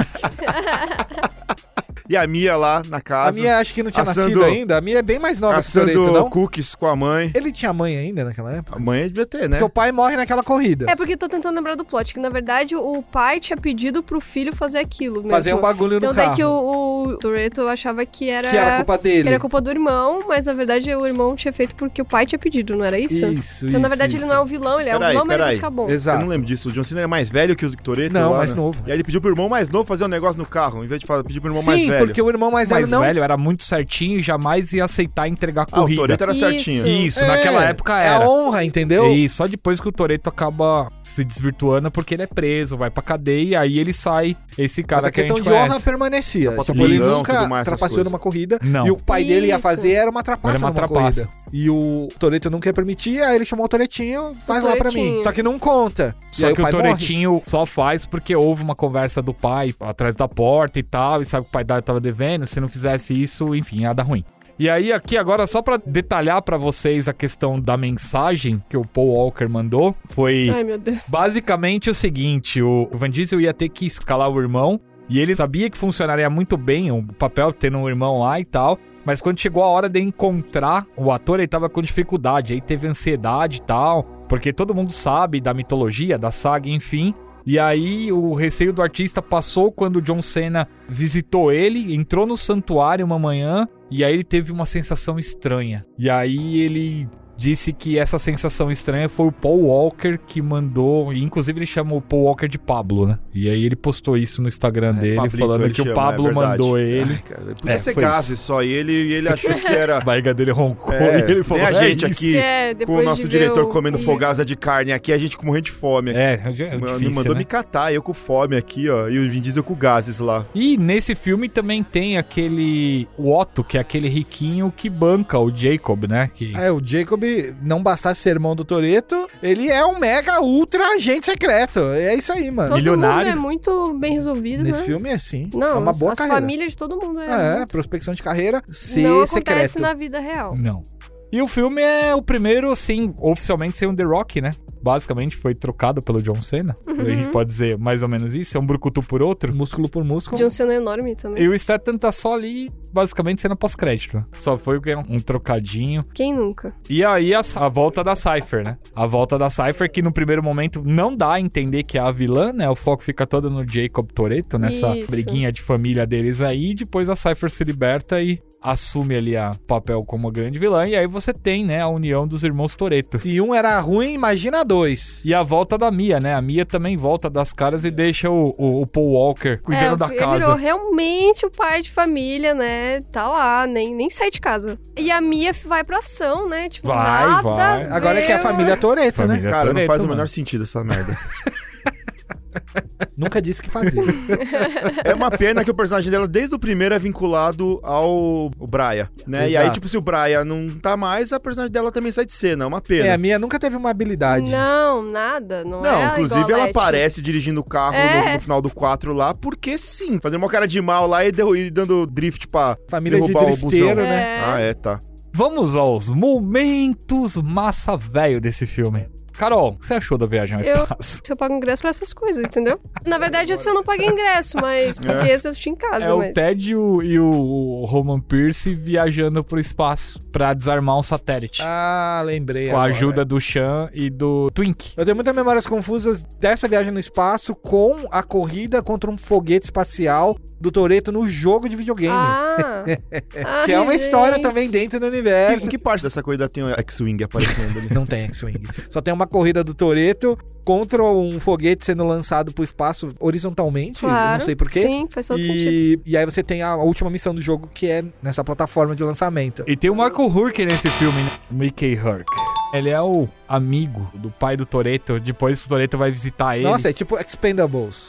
D: E a Mia lá na
C: A
D: casa.
C: minha acho que não tinha
D: assando-
C: nascido ainda. A minha é bem mais nova que o
D: caçando
C: Toreto, não?
D: cookies com a mãe.
C: Ele tinha mãe ainda naquela época?
D: A mãe devia ter, né?
C: Porque o pai morre naquela corrida.
B: É porque eu tô tentando lembrar do plot, que na verdade o pai tinha pedido pro filho fazer aquilo mesmo.
C: Fazer um bagulho
B: Então
C: no
B: daí
C: carro.
B: que o, o Toretto achava que era...
C: Que era culpa
B: que
C: dele.
B: era culpa do irmão, mas na verdade o irmão tinha feito porque o pai tinha pedido, não era isso?
C: Isso,
B: Então, na
C: isso,
B: verdade,
C: isso.
B: ele não é o vilão, ele é
D: Peraí,
B: o vilão, mas ele
D: peraí.
B: busca bom.
D: Eu
C: Exato.
D: não lembro disso. O John Cena é mais velho que o Toreto?
C: Não,
D: lá,
C: mais
D: né?
C: novo.
D: E aí ele pediu pro irmão mais novo fazer um negócio no carro, em vez de falar- pedir pro irmão
C: Sim,
D: mais velho.
C: porque o irmão mais,
A: Mas
C: velho não.
A: velho era muito certinho e jamais ia aceitar entregar
D: Ah, o
A: corrida.
D: Toreto era
B: Isso.
D: certinho.
A: Isso,
C: É,
A: naquela época
C: É a
A: era.
C: honra, entendeu?
A: E só depois que o Toreto acaba se desvirtuando porque ele é preso, vai pra cadeia, aí ele sai esse cara
C: Mas a
A: que a
C: questão
A: gente
C: de honra
A: conhece.
C: permanecia. Tipo,
D: Bota
C: Ele
D: prisão,
C: nunca
D: tudo mais, essas
C: trapaceou
D: coisas.
C: numa corrida.
A: Não.
C: E o pai dele ia
B: Isso.
C: fazer era uma trapaça
A: Era uma
C: numa
A: trapaça.
C: corrida. E o Toreto nunca ia permitir, aí ele chamou o Toretinho, faz
B: O
C: lá pra
B: Torettinho.
C: mim. Só que não conta. E
A: Só
C: aí
A: que o,
C: pai morre.
A: Toretinho só faz porque houve uma conversa do pai atrás da porta e tal, e sabe que o pai dela tava devendo, se não fizesse isso, enfim, ia dar ruim. E aí aqui agora só pra detalhar pra vocês a questão da mensagem que o Paul Walker mandou, foi
B: Ai, meu Deus.
A: Basicamente é o seguinte, o Van Diesel ia ter que escalar o irmão e ele sabia que funcionaria muito bem o papel tendo um irmão lá e tal. Mas quando chegou a hora de encontrar o ator, ele tava com dificuldade, aí teve ansiedade e tal, porque todo mundo sabe da mitologia, da saga, enfim. E aí o receio do artista passou quando o John Cena visitou ele, entrou no santuário uma manhã e aí ele teve uma sensação estranha. E aí ele disse que essa sensação estranha foi o Paul Walker que mandou, e inclusive ele chamou o Paul Walker de Pablo, né? E aí ele postou isso no Instagram dele
D: É, Pablito,
A: falando
D: ele
A: que o
D: chama,
A: Pablo
D: é verdade.
A: mandou ele.
D: Ai, cara, podia
A: É,
D: ser
A: foi
D: gaze só. E ele, e ele achou que era.
A: A barriga dele roncou
D: É,
A: e ele falou:
D: nem a
A: "É
D: gente
A: isso."
D: aqui né?
B: É,
D: com
B: depois
D: o
B: de
D: nosso
B: ver
D: diretor
B: o-
D: comendo
B: isso.
D: fogasa de carne aqui, a gente com morrendo de fome.
A: É, é
D: Mano,
A: difícil,
D: me mandou
A: né?
D: me catar, eu com fome aqui, ó. E o Vin Diesel com gases lá.
A: E nesse filme também tem aquele o Otto, que é aquele riquinho que banca o Jacob, né? Que
C: É, o Jacob, não bastasse ser irmão do Toreto, ele é um mega ultra agente secreto. É isso aí, mano.
B: Todo
A: milionário.
B: mundo é muito bem resolvido,
C: Nesse
B: né?
C: filme é assim.
B: Não,
C: é uma
B: as-
C: boa
B: as
C: carreira.
B: famílias de todo mundo é.
C: É,
B: muito-
C: prospecção de carreira, ser
B: Não acontece
C: secreto.
B: na vida real.
A: não. E o filme é o primeiro, assim, oficialmente sem o The Rock, né? Basicamente foi trocado pelo John Cena. A gente pode dizer mais ou menos isso. É um brucutu por outro.
C: Músculo por músculo.
B: De um cena enorme também.
A: E o Statham tá só ali, basicamente, sendo pós-crédito. né? Só foi o que é um trocadinho.
B: Quem nunca?
A: E aí a, a volta da Cypher, né? A volta da Cypher, que no primeiro momento não dá a entender que é a vilã, né? O foco fica todo no Jacob Toretto, nessa
B: Isso.
A: briguinha de família deles aí. E depois a Cypher se liberta e assume ali a papel como a grande vilã. E aí você tem, né, a união dos irmãos Toretto.
C: Se um era ruim, imagina dois.
A: E a volta da Mia, né? A Mia também volta das caras e deixa o, o- o Paul Walker cuidando
B: é,
A: da
B: ele
A: casa.
B: virou realmente o pai de família, né? Tá lá, nem, nem sai de casa. E a Mia vai pra ação, né? Tipo,
A: Vai,
B: nada
A: vai.
B: a
C: Agora é
B: ver,
C: que é a família Toreto, né?
A: Família
D: Cara, não
A: Toretto,
D: faz
A: é
D: o
A: mano.
D: menor sentido essa merda.
C: Nunca disse que fazia.
D: É uma pena que o personagem dela, desde o primeiro, é vinculado ao o Brian, né? E aí,
C: Exato.
D: tipo, se o Brian não tá mais, a personagem dela também sai de cena. É uma pena.
A: né?
C: é, a minha nunca teve uma habilidade.
B: Não, nada. Não,
D: Não,
B: é
D: inclusive
B: igual a
D: ela
B: Letty.
D: aparece dirigindo o carro
B: É.
D: no, no final do 4 lá, porque sim, fazendo uma cara de mal lá e, deu, e dando drift pra
C: Família
D: derrubar
C: de
D: o
C: drifteiro,
D: busão.
C: né?
B: É.
D: Ah, é, tá.
A: Vamos aos momentos massa velho desse filme. Carol, o que você achou da viagem ao
B: Eu-
A: espaço?
B: Se eu pago ingresso pra essas coisas, entendeu? Na verdade, esse eu não paguei ingresso,
C: É.
B: mas porque esse eu assisti em casa.
A: É o
B: mas...
A: Ted e o, e o Roman Pierce viajando pro espaço pra desarmar um satélite.
C: Ah, lembrei.
A: com a
C: agora.
A: ajuda do Sean e do Twink.
C: Eu tenho muitas memórias confusas dessa viagem no espaço com a corrida contra um foguete espacial do Toreto no jogo de videogame.
B: Ah!
C: que é uma história também dentro do
D: Em
C: universo.
D: que parte dessa corrida tem o X-Wing aparecendo ali?
C: Não tem X-Wing. Só tem uma corrida do Toreto contra um foguete sendo lançado pro espaço horizontalmente, eu não sei porquê.
B: Sim, faz todo sentido.
C: E, e aí você tem a última missão do jogo que é nessa plataforma de lançamento.
A: E tem o Michael Hurk nesse filme, né? Mickey Hurk. Ele é o amigo do pai do Toreto. Depois o Toreto vai visitar ele.
C: Nossa, é tipo Expendables.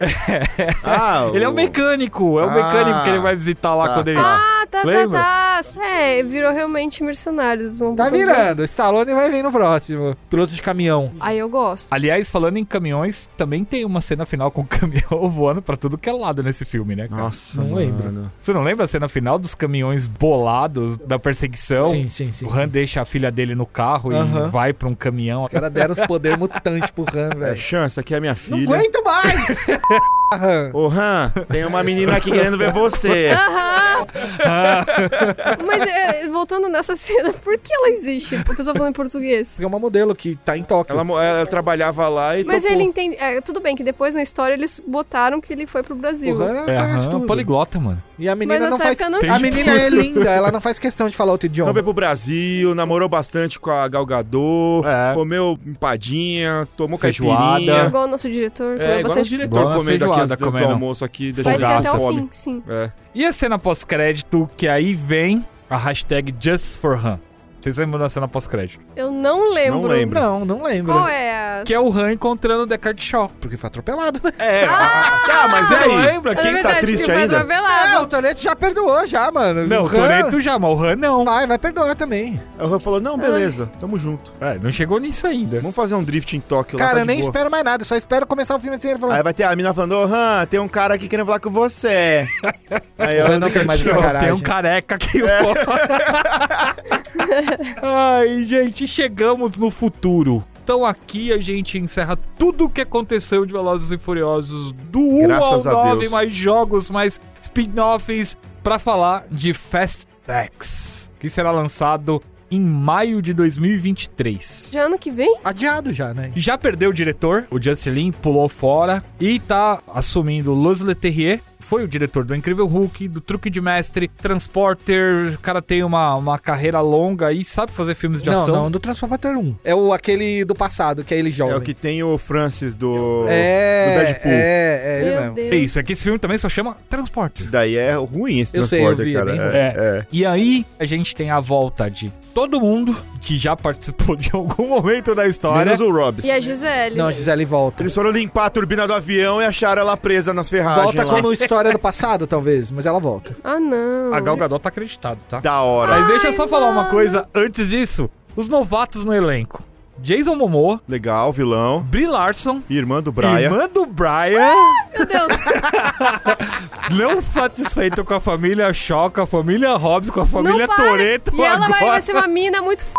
D: Ah,
C: um
A: Ele é o mecânico. É o mecânico
D: Ah,
A: que ele vai visitar lá
D: tá.
A: quando ele.
B: Ah, tá,
A: Lembra?
B: tá, tá. É, virou realmente mercenários. um vão
C: Tá
B: botando-
C: virando, Stallone vai vir no próximo. Piloto de caminhão.
B: Aí eu gosto.
A: Aliás, falando em caminhões, também tem uma cena final com o caminhão voando pra tudo que é lado nesse filme, né, cara?
D: Nossa,
C: Não
D: mano.
C: lembro.
A: Você não lembra a cena final dos caminhões bolados da perseguição?
C: sim, sim.
A: o
C: sim.
A: Han deixa a filha dele no carro e
C: Aham.
A: vai pra um caminhão.
C: Os caras deram os poderes mutantes pro Han,
D: É,
C: velho.
D: chance, aqui é minha
C: Não
D: filha.
C: aguento mais! Han.
D: Ô, Han, tem uma menina aqui querendo ver você.
B: Aham! Mas é, voltando nessa cena, por que ela existe? O pessoal falando em português.
C: É uma modelo que tá em Tóquio.
D: Ela, mo- ela trabalhava lá e
B: Mas
D: topou.
B: ele entende. é, tudo bem que depois na história eles botaram que ele foi pro Brasil.
C: O Han
A: É,
C: conhece
A: aham,
C: tudo.
A: poliglota, mano.
C: E a
B: Mas
C: menina não
B: nessa
C: faz...
B: época não Tipo,
A: Tem
C: A
A: de
C: menina é linda, ela não faz questão de falar outro
D: Não
C: idioma.
D: veio pro Brasil, namorou bastante com a Galgador,
A: É.
D: comeu empadinha, tomou
A: Feijoada.
B: É
D: caipirinha.
B: igual o nosso diretor.
D: É,
B: É,
D: igual o
B: bastante...
A: Igual
D: diretor
A: na
D: comendo aqui
A: feijoada,
D: antes do
A: comendo.
D: almoço aqui,
B: Vai ser
D: deixando
B: até
A: Fogaça.
D: a
B: o
D: fome.
B: fim, sim.
D: É.
A: E a cena pós-crédito, que aí vem a hashtag Just for Han. Vocês lembram da cena pós-crédito?
B: Eu não lembro.
D: Não lembro.
C: Não, não lembro.
B: Qual é a.
A: Que é o Han encontrando o Deckard Shaw.
C: Porque foi atropelado. né?
A: É.
D: Ah, mas e
A: Você não
D: aí?
A: lembra?
B: É
A: Quem
B: verdade,
D: tá triste
B: que foi
D: ainda?
B: atropelado.
C: Ah, o Toreto já perdoou já, mano.
A: Não, o
C: Han
A: Toreto já, mas o Han não.
C: Vai, vai perdoar também.
D: Aí o Han falou, não, beleza, tamo junto.
A: É, não chegou nisso ainda.
D: Vamos fazer um drift em Tóquio lá,
C: Cara,
D: tá
C: eu
D: de
C: nem
D: boa.
C: espero mais nada, eu só espero começar o filme assim ele falando.
D: Aí vai ter a mina falando, ô Han, tem um cara aqui querendo falar com você. Aí
C: Eu
D: ela
C: não quero mais essa
D: deixou.
C: cara.
A: Tem um
C: Sacanagem.
A: careca aqui
D: É.
A: fora. Ai, gente, chegamos no futuro. Então aqui a gente encerra tudo o que aconteceu de Velozes e Furiosos do 1
D: Graças
A: ao
D: a
A: 9,
D: Deus.
A: mais jogos, mais spin-offs pra falar de Fast X, que será lançado em maio de 2023.
B: Já ano que vem?
C: Adiado já, né?
A: Já perdeu o diretor, o Justin Lin pulou fora e tá assumindo Luz Leterrier. Foi o diretor do Incrível Hulk, do Truque de Mestre, Transporter. O cara tem uma, uma carreira longa e sabe fazer filmes de
C: Não,
A: ação.
C: não, do Transformator 1. É o aquele do passado, que é ele
D: É
C: jovem.
D: o que tem o Francis do...
C: É,
D: do Deadpool.
C: É, é ele
B: Meu
C: mesmo.
B: Deus.
A: É isso, é que esse filme também só chama Transporter.
D: Esse daí é ruim, esse
C: Eu sei, eu
D: transporte,
C: vi, é
D: cara.
C: bem ruim.
D: é, é.
A: E aí a gente tem a volta de todo mundo que já participou de algum momento da história.
D: Menos o Robson.
B: E a Gisele?
C: Não, Gisele volta.
D: Eles foram limpar a turbina do avião e acharam ela presa nas ferragens
C: volta
D: lá.
C: como história do passado, talvez, mas ela volta.
B: Ah, não.
A: A Gal Gadot tá acreditado, tá?
D: Da hora.
C: Ah.
A: Mas deixa eu só
B: Ai,
A: falar uma
B: mano.
A: coisa antes disso. Os novatos no elenco. Jason Momoa,
D: Legal, vilão.
A: Brie Larson,
D: Irmã do Brian.
A: Irmã do Brian. meu Deus. não satisfeito com a família Shaw, com a família Hobbs, com a família
B: para.
A: Toreto.
B: E ela
A: agora.
B: vai, vai ser uma mina muito f...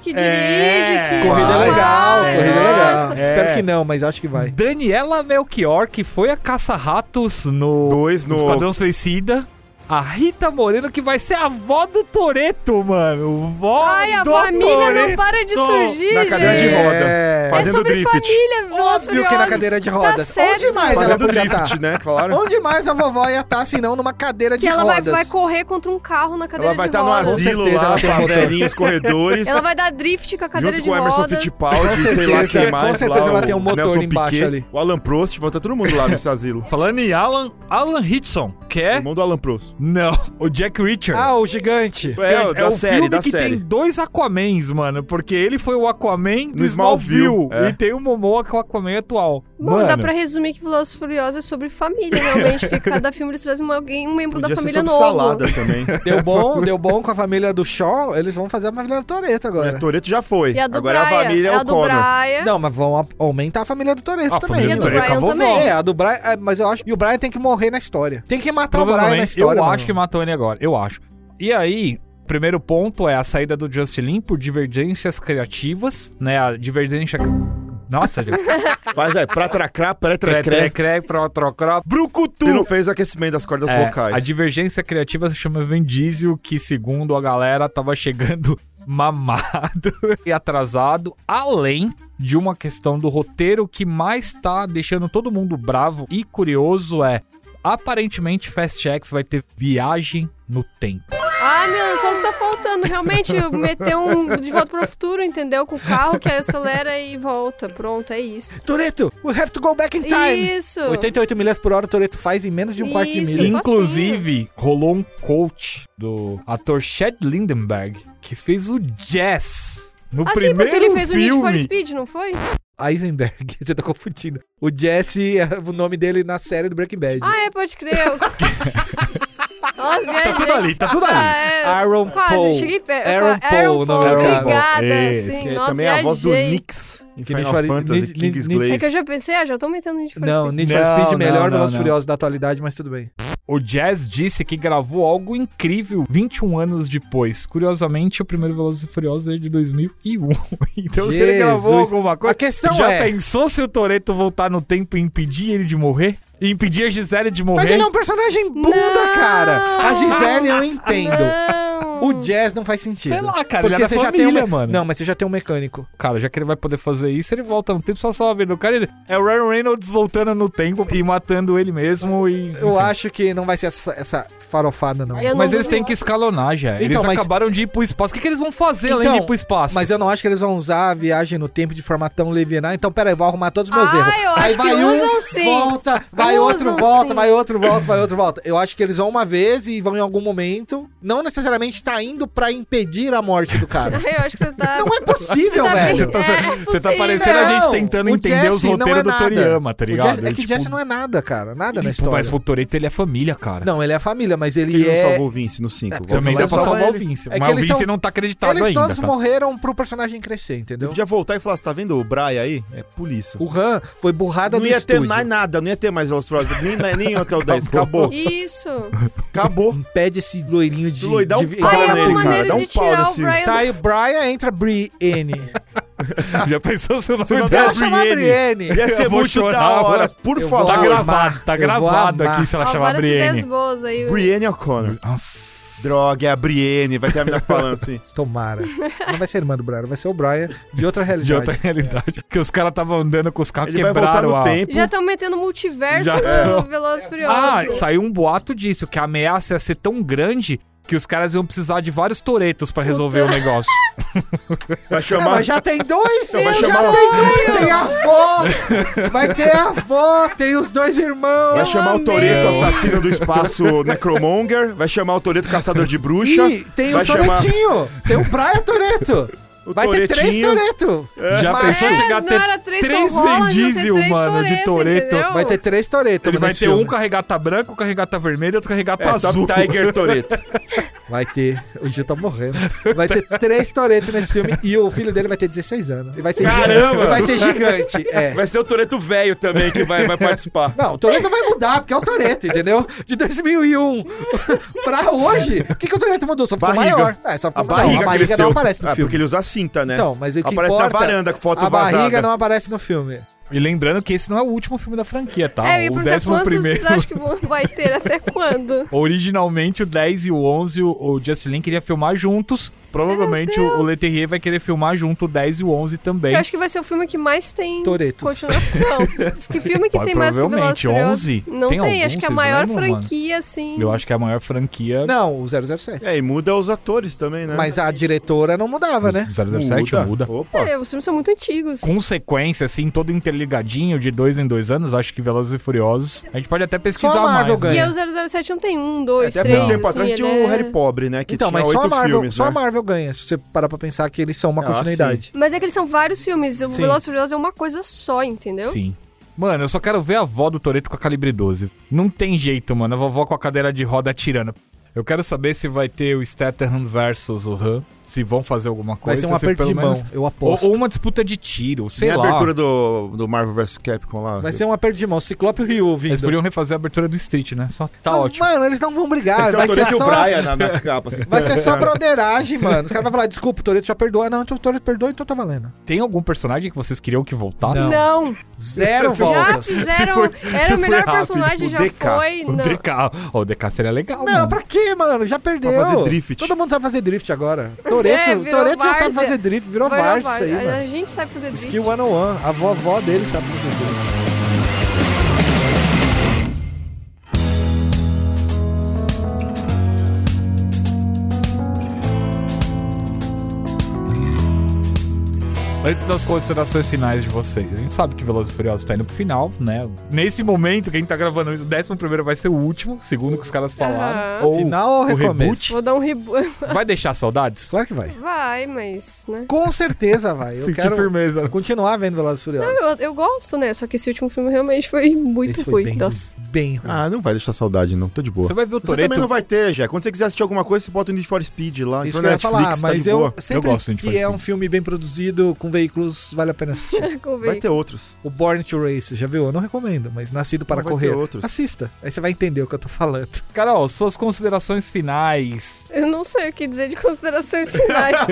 B: que dirige,
A: É.
B: que...
C: Corrida é
B: Ai,
C: legal,
B: nossa.
C: corrida é legal.
A: É.
C: Espero que não, mas acho que vai.
A: Daniela Melchior, que foi a caça-ratos no,
D: Dois no-
A: Esquadrão Suicida. A Rita Moreno, que vai ser a avó do Toreto, mano. Vó
B: Ai, a
A: do
B: família não
A: Toretto.
B: para de surgir,
D: na cadeira de
B: gente.
D: rodas. roda,
C: É.
B: É
D: fazendo
B: sobre
D: drift.
B: família, Velozes
C: Óbvio que é na
B: Furiosos.
C: cadeira de
B: Tá
C: rodas.
B: certo.
C: Onde mais ela
D: Fazendo
C: podia
D: drift,
C: estar?
D: né? Claro.
C: Onde mais a vovó ia estar, senão numa cadeira
B: Que
C: de
B: ela vai,
C: rodas?
B: vai correr contra um carro na cadeira
D: Ela vai tá
B: de
D: estar no
B: rodas.
D: asilo
C: certeza,
D: lá,
C: ela tem roteiro.
D: panelinhas, corredores.
B: Ela vai dar drift com a cadeira
D: Junto
B: de
D: com o Emerson
B: rodas.
D: Fittipaldi,
C: Com
D: sei lá
C: certeza,
D: quem
C: com
D: mais.
C: certeza
D: lá,
C: ela
D: o
C: tem um motor
D: Nelson
C: embaixo
D: Piquet,
C: ali.
D: O Alan Prost, vai estar todo mundo lá nesse asilo.
A: Falando em Alan, Alan Hitson, que é...
D: Irmão do Alan Prost.
A: Não, o Jack Richard.
C: Ah, o gigante.
D: É,
A: Grande.
D: da
A: o
D: série,
A: filme
D: da
A: que
D: série.
A: tem dois Aquamans, mano. Porque ele foi o Aquaman do
D: No
A: Smallville.
D: Smallville, é.
A: E tem o Momoa que é o Aquaman atual.
B: Bom,
A: mano,
B: dá pra resumir que Velozes e Furiosos é sobre família, realmente, porque cada filme eles trazem uma- alguém, um membro
D: Podia
B: da
D: ser
B: família
D: sobre
B: novo.
D: salada também.
C: Deu bom, deu bom com a família do Sean, eles vão fazer a família do Toreto agora.
D: O Toreto já foi.
B: E a do
D: Agora
B: Brian,
D: a família é
B: a
D: o
B: do
D: Connor.
B: Brian.
C: Não, mas vão a- aumentar a família do Toreto
A: Ah, a
C: também.
A: família
B: E a do
A: Toretto, a
B: Brian
A: vovó.
B: também.
C: É, a do Brian, é, mas eu acho que o Brian tem que morrer na história. Tem que matar o Brian na
A: Provavelmente,
C: história.
A: eu
C: mano.
A: acho que matou ele agora, eu acho. E aí, primeiro ponto é a saída do Justin Lin por divergências criativas, né? A divergência... Nossa, gente.
D: Faz aí, pra tracrá, pra
A: Cre, cre,
D: tracré.
A: cre, pro, tro, cro,
D: Ele não
A: brucutu!
D: fez aquecimento das cordas
A: É, a
D: vocais.
A: divergência criativa se chama Vin Diesel, que segundo a galera tava chegando mamado e atrasado, além de uma questão do roteiro que mais tá deixando todo mundo bravo e curioso é aparentemente Fast X vai ter viagem no tempo.
B: Ah, não, só não tá faltando. Realmente, meter um de volta pro futuro, entendeu? Com o carro que acelera e volta. Pronto, é isso.
C: Toreto, we have to go back in time.
B: Isso!
C: 88 milhas por hora o Toreto faz em menos de um quarto de
B: Isso.
C: milha.
A: Inclusive, rolou um coach do ator Chad Lindenberg que fez o jazz no
B: Ah, sim,
A: primeiro
B: porque ele fez o Need for
A: filme.
B: Speed, não foi?
C: Eisenberg, você tá confundindo. O Jesse é o nome dele na série do Breaking Bad.
B: Ah, é, pode crer. Eu- Nossa,
A: Tá tudo ali, tá tudo ali.
B: Ah, é.
C: Aaron
B: Quase,
C: Paul.
B: cheguei perto.
C: Aaron Paul, o nome
B: Paul,
C: do cara.
B: Obrigada,
A: É,
B: sim.
D: Que é
B: nossa,
D: também a voz do
B: viajei.
D: Nix em
C: Que
D: Final
C: Need for-
D: Fantasy,
C: Need-
D: King's
C: Need- Need-
B: É
D: Glaive.
B: que eu já pensei, ah, já tô metendo Need for
C: Não,
B: Speed.
C: Need for
A: Não,
C: Speed,
A: não,
C: melhor
A: não,
C: Velozes
A: não.
C: Furiosos da atualidade, mas tudo bem.
A: O Jazz disse que gravou algo incrível 21 anos depois. Curiosamente, o primeiro Velozes e Furiosos é de 2001. Então, se ele gravou
C: Jesus.
A: alguma
C: A
A: coisa...
C: questão
A: já
C: é...
A: pensou se o Toreto voltar no tempo e impedir ele de morrer? E impedir a Gisele de morrer?
C: Mas ele é um personagem bunda,
B: Não.
C: cara. A Gisele eu entendo.
B: Não.
C: O Jazz não faz sentido.
A: Sei lá, cara, ele
C: Porque
A: é da
C: você já
A: família,
C: tem um me-
A: mano.
C: Não, mas você já tem um mecânico.
A: Cara, já que ele vai poder fazer isso, ele volta no tempo só só vendo o cara. Ele... É o Ryan Reynolds voltando no tempo e matando ele mesmo e...
C: Eu acho que não vai ser essa, essa farofada, não.
B: Eu não
A: Mas eles
B: duvido.
A: têm que escalonar já. eles
C: Então, mas-
A: acabaram de ir pro espaço. O que, que eles vão fazer além de
C: Então,
A: ir pro espaço?
C: Mas eu não acho que eles vão usar a viagem no tempo de forma tão leviana. Então, peraí, vou arrumar todos os meus
B: Ah,
C: erros.
B: eu
C: Aí
B: acho que
C: vai um,
B: usam sim.
C: volta, vai outro,
B: Usam
C: volta,
B: sim.
C: vai outro, volta, vai outro, volta. Eu acho que eles vão uma vez e vão em algum momento. Não necessariamente tá indo pra impedir a morte do cara.
B: Eu acho que você tá...
C: não é possível,
B: Você tá
C: velho.
A: Você tá,
B: É
A: você tá
B: possível.
A: parecendo a gente
C: Não,
A: tentando
C: o
A: entender os
C: Jesse não
A: roteiros
C: é
A: do
C: nada.
A: Toriyama, tá
C: O
A: ligado?
C: Jesse- é que o Jesse não é nada, cara. Nada na
A: tipo,
C: história.
A: mas o Toreto ele é família, cara.
C: Não, ele é a família, mas ele,
D: Ele não
C: é...
D: salvou o Vince no 5.
A: Também
C: Mas
A: dá pra
C: só
A: salvar o
C: ele-
A: Vince.
C: é que
A: mas o
C: eles
A: Vince
C: são-
A: não tá acreditado
C: Eles
A: ainda.
C: todos
A: tá?
C: morreram pro personagem crescer, entendeu?
D: Podia voltar e falar, você tá vendo o Brian aí? É polícia.
C: O Han foi burrada
D: Não
C: do
D: ia
C: estúdio.
D: ter mais nada, não ia ter mais Velozes e Furiosos, nem, né, nem Hotel 10. Acabou,
B: Isso.
D: acabou.
C: Impede esse loirinho de...
D: Se loir, dá um
C: de-
D: pau
B: Ai, é
D: nele,
B: uma maneira
D: cara. Dá um
B: de
D: pau
B: tirar o
D: nesse-
B: Brian
C: Sai o Brian, entra Brienne.
A: Já pensou se eu não
D: Se não
C: Se ela
D: der
C: chamar Brienne...
D: Ia
A: Eu
D: ser
A: vou
D: muito
A: chorar
D: da hora,
A: agora.
D: por
C: Eu vou
A: Tá
C: amar.
D: favor.
A: gravado, tá
C: Eu vou
A: gravado
C: amar.
A: aqui se ela
B: Ó,
A: chamar
B: várias ideias
A: Brienne.
B: boas aí.
D: Brienne O'Connor.
A: Nossa.
D: Droga, é a Brienne. Vai ter a menina falando assim.
C: Tomara. Não vai ser irmã do Brian, vai ser o Brian de outra realidade.
A: De outra realidade. Que os caras estavam andando com os carros,
D: Ele vai voltar
A: quebraram
D: no
A: a...
D: tempo.
B: Já estão metendo multiverso
A: Tipo, Já
B: no Velozes e
A: Ah,
B: Furiosos.
A: saiu um boato disso, que a ameaça ia ser tão grande que os caras iam precisar de vários toretos pra resolver o negócio.
D: Vai
C: É,
D: chamar...
C: mas já tem dois!
D: Então vai
C: já
D: chamar o-
C: tem dois! Tem a avó! Vai ter a avó! Tem os dois irmãos!
D: Vai chamar o
B: amei.
D: Toreto assassino do espaço Necromonger, vai chamar o Toreto caçador de bruxa,
C: Ih, tem
D: vai
C: o
D: chamar
C: Toretinho! Tem o Brian Toreto!
D: o
C: Vai ter três
D: Toretinho.
C: Toreto!
A: Já
C: Mas-
A: pensou
B: É,
A: chegar a
B: não
A: ter
B: era três
A: três
B: Tom Holland,
A: Vin
B: vai ser
A: Diesel,
B: três
A: mano, de
B: Toretto,
A: Toretto?
B: entendeu?
C: Vai ter três Toreto
A: Ele vai ter
C: nesse
A: um
C: filme.
A: com a regata branca, um com a regata vermelha, outro com a regata
D: É, Top
A: azul.
D: Tiger Toreto.
C: Vai ter. O Gil tá morrendo. Vai ter três Toreto nesse filme e o filho dele vai ter 16 anos. E vai ser
D: Caramba!
C: Gigante. Vai ser gigante. É.
D: Vai ser o Toreto velho também que vai, vai participar.
C: Não, o Toreto vai mudar, porque é o Toreto, entendeu? De 2001 pra hoje. O que, que o Toreto mudou? Só ficou
D: Barriga.
C: maior. Ah, só
D: A
C: ficou maior.
D: barriga,
C: a barriga
D: cresceu.
C: não aparece no
D: Ah,
C: filme.
D: porque é ele usa cinta, né?
C: Então, mas o que
D: aparece
C: importa,
D: na varanda com foto
C: a
D: vazada.
C: barriga não aparece no filme.
A: E lembrando que esse não é o último filme da franquia, tá?
B: É, e
A: o
B: por até
A: décimo
B: quantos
A: primeiro.
B: vocês acham que vão- vai ter? Até quando?
A: Originalmente o 10 e o 11, o, o Justin Lin queria filmar juntos. Provavelmente o, o Leterrier vai querer filmar junto o 10 e o 11 também.
B: Eu acho que vai ser o filme que mais tem
C: Toretos.
B: continuação. que filme que
A: Pode-
B: tem mais que o Velozes e
A: provavelmente,
B: Furiosos?
A: 11? Tem
B: Não tem,
A: algum,
B: acho que é a
A: vocês
B: maior
A: lembram, mano?
B: franquia, assim.
A: Eu acho que é a maior franquia.
C: Não, o 007.
D: É, e muda os atores também, né?
C: Mas a diretora não mudava, né?
A: 007 muda.
D: Opa.
B: É, os filmes são muito antigos.
A: Com sequência, assim, todo interligadinho, de dois em dois anos, acho que Velozes e Furiosos. A gente pode até pesquisar
C: Só a Marvel
A: mais. né?
B: E
C: ganha.
B: aí o 007 não tem um, dois,
D: Até
B: três,
D: pouco tempo atrás
B: assim,
D: tinha
B: ele
D: o
B: é-
D: Harry Pobre, né? Que
C: então,
D: tinha
C: mas só a
D: oito
C: Marvel,
D: filmes,
C: só
D: né?
C: a Marvel ganha, se você parar pra pensar que eles são uma
D: Ah,
C: continuidade.
B: Mas é que eles são vários filmes. O
D: Sim.
B: Velozes e Furiosos é uma coisa só, entendeu?
A: Sim. Mano, eu só quero ver a avó do Toreto com a calibre 12. Não tem jeito, mano. A vovó com a cadeira de roda atirando. Eu quero saber se vai ter o Statham versus o Han. Se vão fazer alguma
C: Vai
A: coisa.
C: ser um
A: se
C: aperto
A: pelo
C: de mão,
A: menos-
C: eu
A: Ou,
C: aposto.
A: ou uma disputa de tiro, sei
D: Tem a
A: lá.
D: abertura do, do Marvel vs Capcom lá.
C: Vai ser um aperto de mão. Ciclope e o Ryu vindo.
A: Eles poderiam refazer a abertura do Street, né? Só tá
C: Não,
A: ótimo.
C: Mano, eles não vão brigar.
D: Vai ser
C: Vai
D: é o
C: ser,
D: Toreto e o
C: só,
D: Brian na, na capa. Assim.
C: vai ser só broderagem, mano. Os caras vão falar, desculpa, o Toreto já perdoa. Não, o Toreto perdoa, então tá valendo.
A: Tem algum personagem que vocês queriam que voltasse?
B: Não,
C: Zero
D: Já
B: já
C: voltas.
B: fizeram.
A: foi- se
B: era o
A: foi
B: melhor
A: rápido,
B: personagem,
D: o
B: já
D: DK,
B: foi.
A: O
B: não.
A: DK. Ó, o DK seria legal,
C: Não,
A: mano.
C: pra quê, mano? Já perdeu.
D: fazer drift.
C: Todo mundo sabe fazer drift agora. Toreto,
B: É, virou
C: Toreto já sabe
B: várzea.
C: fazer drift, virou
B: Vai, não
C: Varsa
B: vai.
C: aí,
B: a,
C: mano.
B: a gente sabe fazer drift.
C: Skill 101, a vovó dele sabe fazer drift.
A: Antes das considerações finais de vocês, a gente sabe que Velozes e Furiosos tá indo pro final, né? Nesse momento, quem tá gravando isso, o décimo primeiro vai ser o último, segundo o que os caras falaram.
B: Aham.
A: Ou
C: Final ou
A: o
C: recomeço?
B: Vou
A: reboot.
B: dar um rebu...
A: Vai deixar saudades?
C: Claro que vai.
B: Vai, mas, né?
C: Com certeza vai. Eu
A: Sentir
C: quero
A: firmeza.
C: continuar vendo Velozes e Furiosos.
B: Eu, eu gosto, né? Só que esse último filme realmente foi muito
C: Esse foi
B: ruim.
C: bem,
B: Nossa.
C: bem ruim.
D: Ah, não vai deixar saudade, não. Tô de boa.
A: Você vai ver o
D: Você também não
A: Toreto.
D: vai ter, já. Quando você quiser assistir alguma coisa, você bota o Need for Speed lá.
C: Isso
D: Então
C: que eu ia
D: Netflix,
C: falar,
D: tá de
C: mas eu
D: boa.
C: sempre
A: Eu gosto, a gente
C: que
A: faz
C: é um
A: isso.
C: filme bem produzido, com veículos, vale a pena assistir.
B: Com
D: Vai
B: veículo.
D: ter outros.
C: o Born to Race, já viu? Eu não recomendo, mas Nascido para
D: Vai
C: Correr.
D: ter outros.
C: Assista, aí você vai entender o que eu tô falando.
A: Carol, suas considerações finais.
B: Eu não sei o que dizer de considerações finais.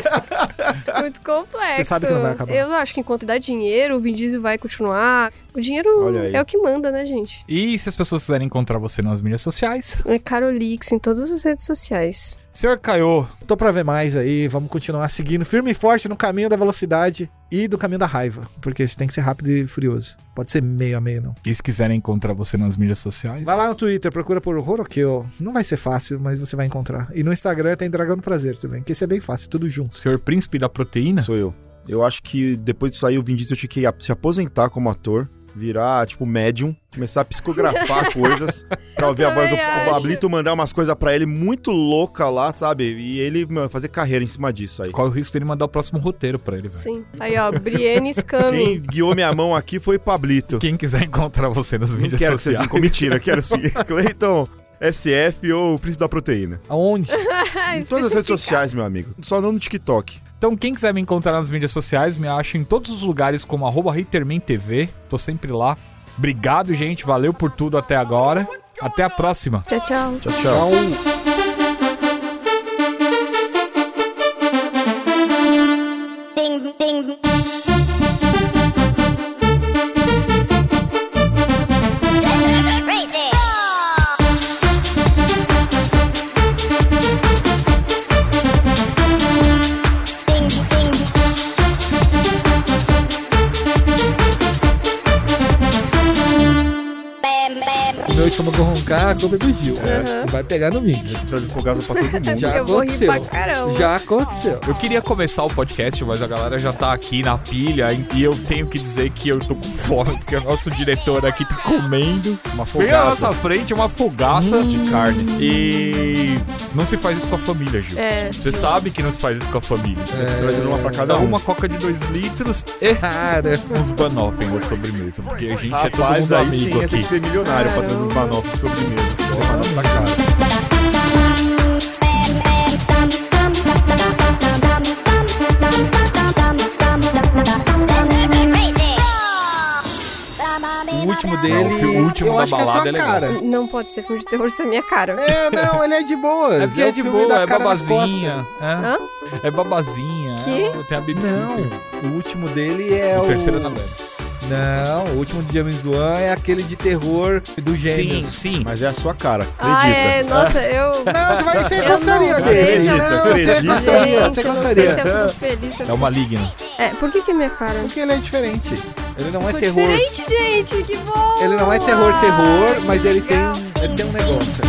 B: Muito complexo.
C: Você sabe que não vai acabar.
B: Eu acho que enquanto dá dinheiro, o Vin Diesel vai continuar. O dinheiro
D: Olha aí.
B: é o que manda, né, gente?
A: E se as pessoas quiserem encontrar você nas mídias sociais?
B: É Carolix em todas as redes sociais.
A: Senhor Caio,
C: Tô pra ver mais aí, vamos continuar seguindo firme e forte no caminho da velocidade e do caminho da raiva, porque você tem que ser rápido e furioso. Pode ser meio a meio, não.
A: e se quiserem encontrar você nas mídias sociais?
C: Vai lá no Twitter, procura por Horokill. Não vai ser fácil, mas você vai encontrar. E no Instagram tem Dragão do Prazer também, que esse é bem fácil, tudo junto.
A: Senhor Príncipe da Proteína?
D: Sou eu. Eu acho que depois disso aí, o Vin Diesel tinha que se aposentar como ator, virar, tipo, médium, começar a psicografar coisas pra ouvir a voz do
B: também acho.
D: Pablito mandar umas coisas pra ele muito louca lá, sabe? E ele mano, fazer carreira em cima disso aí.
A: Qual é o risco dele mandar o próximo roteiro pra ele, velho?
B: Sim. Aí, ó, Brienne Scamming.
D: Quem guiou minha mão aqui foi Pablito.
A: Quem quiser encontrar você nas
D: Não
A: mídias
D: quero que vocês
A: sociais.
D: me Mentira, quero sim. Cleiton, SF ou o Príncipe da Proteína.
C: Aonde?
B: Ah,
D: em todas as redes
B: especificar.
D: sociais, meu amigo. Só não no TikTok.
A: Então, quem quiser me encontrar nas mídias sociais, me acha em todos os lugares como arroba HatermanTV. Tô sempre lá. Obrigado, gente. Valeu por tudo até agora. Até a próxima.
B: Tchau, tchau.
D: Tchau, tchau.
F: Crazy. Ding, ding. Bam, bam.
C: Meu estômago roncar, a culpa é do Gil. Vai pegar no mim.
D: Trazer fogaça Então pra todo mundo.
C: Já
B: Eu vou rir
C: aconteceu.
B: pra caramba.
C: Já aconteceu.
A: Eu queria começar o podcast, mas a galera já tá aqui na pilha e eu tenho que dizer que eu tô com fome, porque o nosso diretor aqui tá comendo.
D: Uma
A: Vem na nossa
D: fogaça
A: frente uma fogaça
D: de carne.
A: e não se faz isso com a família, Gil.
B: É.
A: Você sabe que não se faz isso com a família.
D: Trazendo uma pra
A: Dá
D: cada um.
A: uma coca de 2 litros e
C: Cara.
A: uns banoffee de é sobremesa, porque a gente é
D: Rapaz,
A: todo
D: aí
A: mundo
D: sim,
A: amigo
D: tem
A: aqui.
D: que ser milionário pra trazer uns manofos de sobremesa. Esse manof tá caro.
C: O último dele.
A: Não, o fi- o último
C: eu
A: da
C: acho que
A: balada é
C: é tua
A: legal.
C: cara.
B: Não pode ser filme de terror, isso é minha cara.
C: É, não, ele é de boa.
A: É porque é de boa, é babazinha.
B: Hã?
A: É, é babazinha.
B: Que?
A: é- Tem a babysitter.
C: Não, o último dele é o.
A: O terceiro é
D: tá
A: da Bela.
C: Não, o último de James Wan é aquele de terror do
A: Sim,
C: gênio.
A: sim.
D: Mas é a sua cara,
B: Ah,
D: acredita.
B: é. Nossa, eu.
C: Não, você vai você
B: Eu
C: gostaria
B: não
C: dele.
B: sei se eu-
C: não, você
D: Acredita,
C: gostaria,
B: Gente,
C: você
B: eu não sei
C: gostaria.
B: se eu fico feliz. se eu
A: É o maligno.
B: É, por que que é minha cara?
C: Porque ele é diferente. Ele não é
B: Sou
C: terror.
B: diferente, gente, que bom!
C: Ele não é terror, terror, mas ele tem,
B: Legal.
C: ele tem um negócio.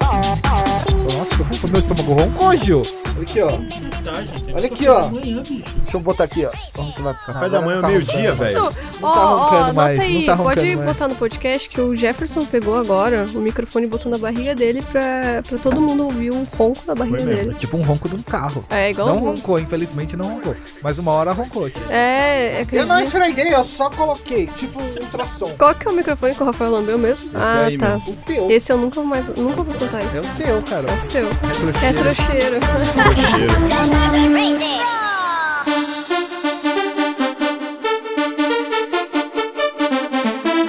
C: Nossa, tô com meu estômago roncou, Gil. Olha aqui, ó. Olha aqui, ó. Deixa eu botar aqui, ó. Nossa, vai ficar.
D: Café da manhã, meio-dia, velho.
B: Ó,
C: tá
B: ó,
C: roncando
B: anota
C: mais,
B: aí,
C: não tá roncando
B: pode
C: mais.
B: botar no podcast que o Jefferson pegou agora o microfone e botou na barriga dele pra, pra todo mundo ouvir o ronco da barriga
D: mesmo.
C: É
B: dele.
C: tipo um ronco de um carro.
B: É,
C: Não
B: igualzinho.
C: roncou, infelizmente não roncou. Mas uma hora roncou aqui.
B: É, é
C: Eu não
B: acredito.
C: esfreguei, eu só coloquei. Tipo ultrassom.
B: Qual que é o microfone que o Rafael lambeu mesmo? ah,
D: aí,
B: tá.
C: É O teu.
B: Esse eu nunca mais, nunca vou sentar aí.
C: É o teu, cara.
B: É o seu. É
C: Trouxeira.
B: trouxeiro.
D: Cheiro.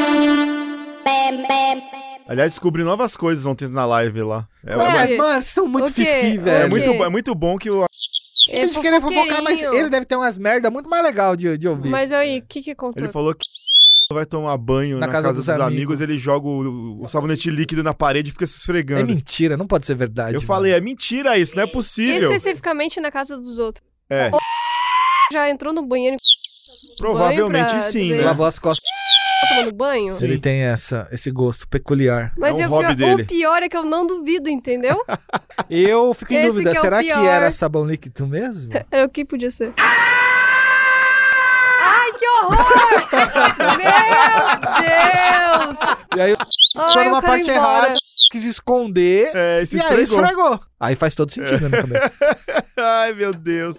F: Bam, bam, bam.
D: Aliás, descobri novas coisas ontem na live lá. É,
B: Ué,
D: é,
C: É, mano, vocês são muito
B: O quê?
C: fifi,
B: O
D: é
C: velho.
D: muito,
B: ok.
D: bo- é muito bom que o
B: É
C: Eles querem fofocar, mas
B: fofoqueirinho.
C: ele deve ter umas merda muito mais legal de, de ouvir.
B: Mas aí, o que que contou?
D: É. Ele falou que vai tomar banho na, casa, dos, amigos, ele joga o, o sabonete líquido na parede e fica se
C: É
D: esfregando.
C: mentira, não pode ser verdade.
D: eu
C: mano.
D: falei, é mentira isso, não é
B: E
D: possível.
B: especificamente na casa dos outros.
D: É.
B: O já entrou no banheiro
D: Provavelmente
B: banho pra
D: sim,
B: dizer-
D: né?
B: é.
C: Lavou as costas.
B: tomando banho.
D: Sim.
C: Ele tem essa, esse gosto peculiar.
B: Mas
D: É um
B: eu-
D: hobby
B: o
D: dele.
B: pior é que eu não duvido, entendeu?
C: Eu fico em
B: Esse
C: dúvida,
B: que é o
C: será que
B: pior.
C: era sabão líquido mesmo?
B: Era É o que podia ser. Ai, que horror! Meu Deus!
C: E
B: Ai,
C: aí
B: eu
C: numa
B: quero
C: parte
B: ir embora.
C: errada, quis esconder.
D: É, esse
C: e aí esfregou. Aí faz todo sentido né, no começo.
D: Ai, meu Deus.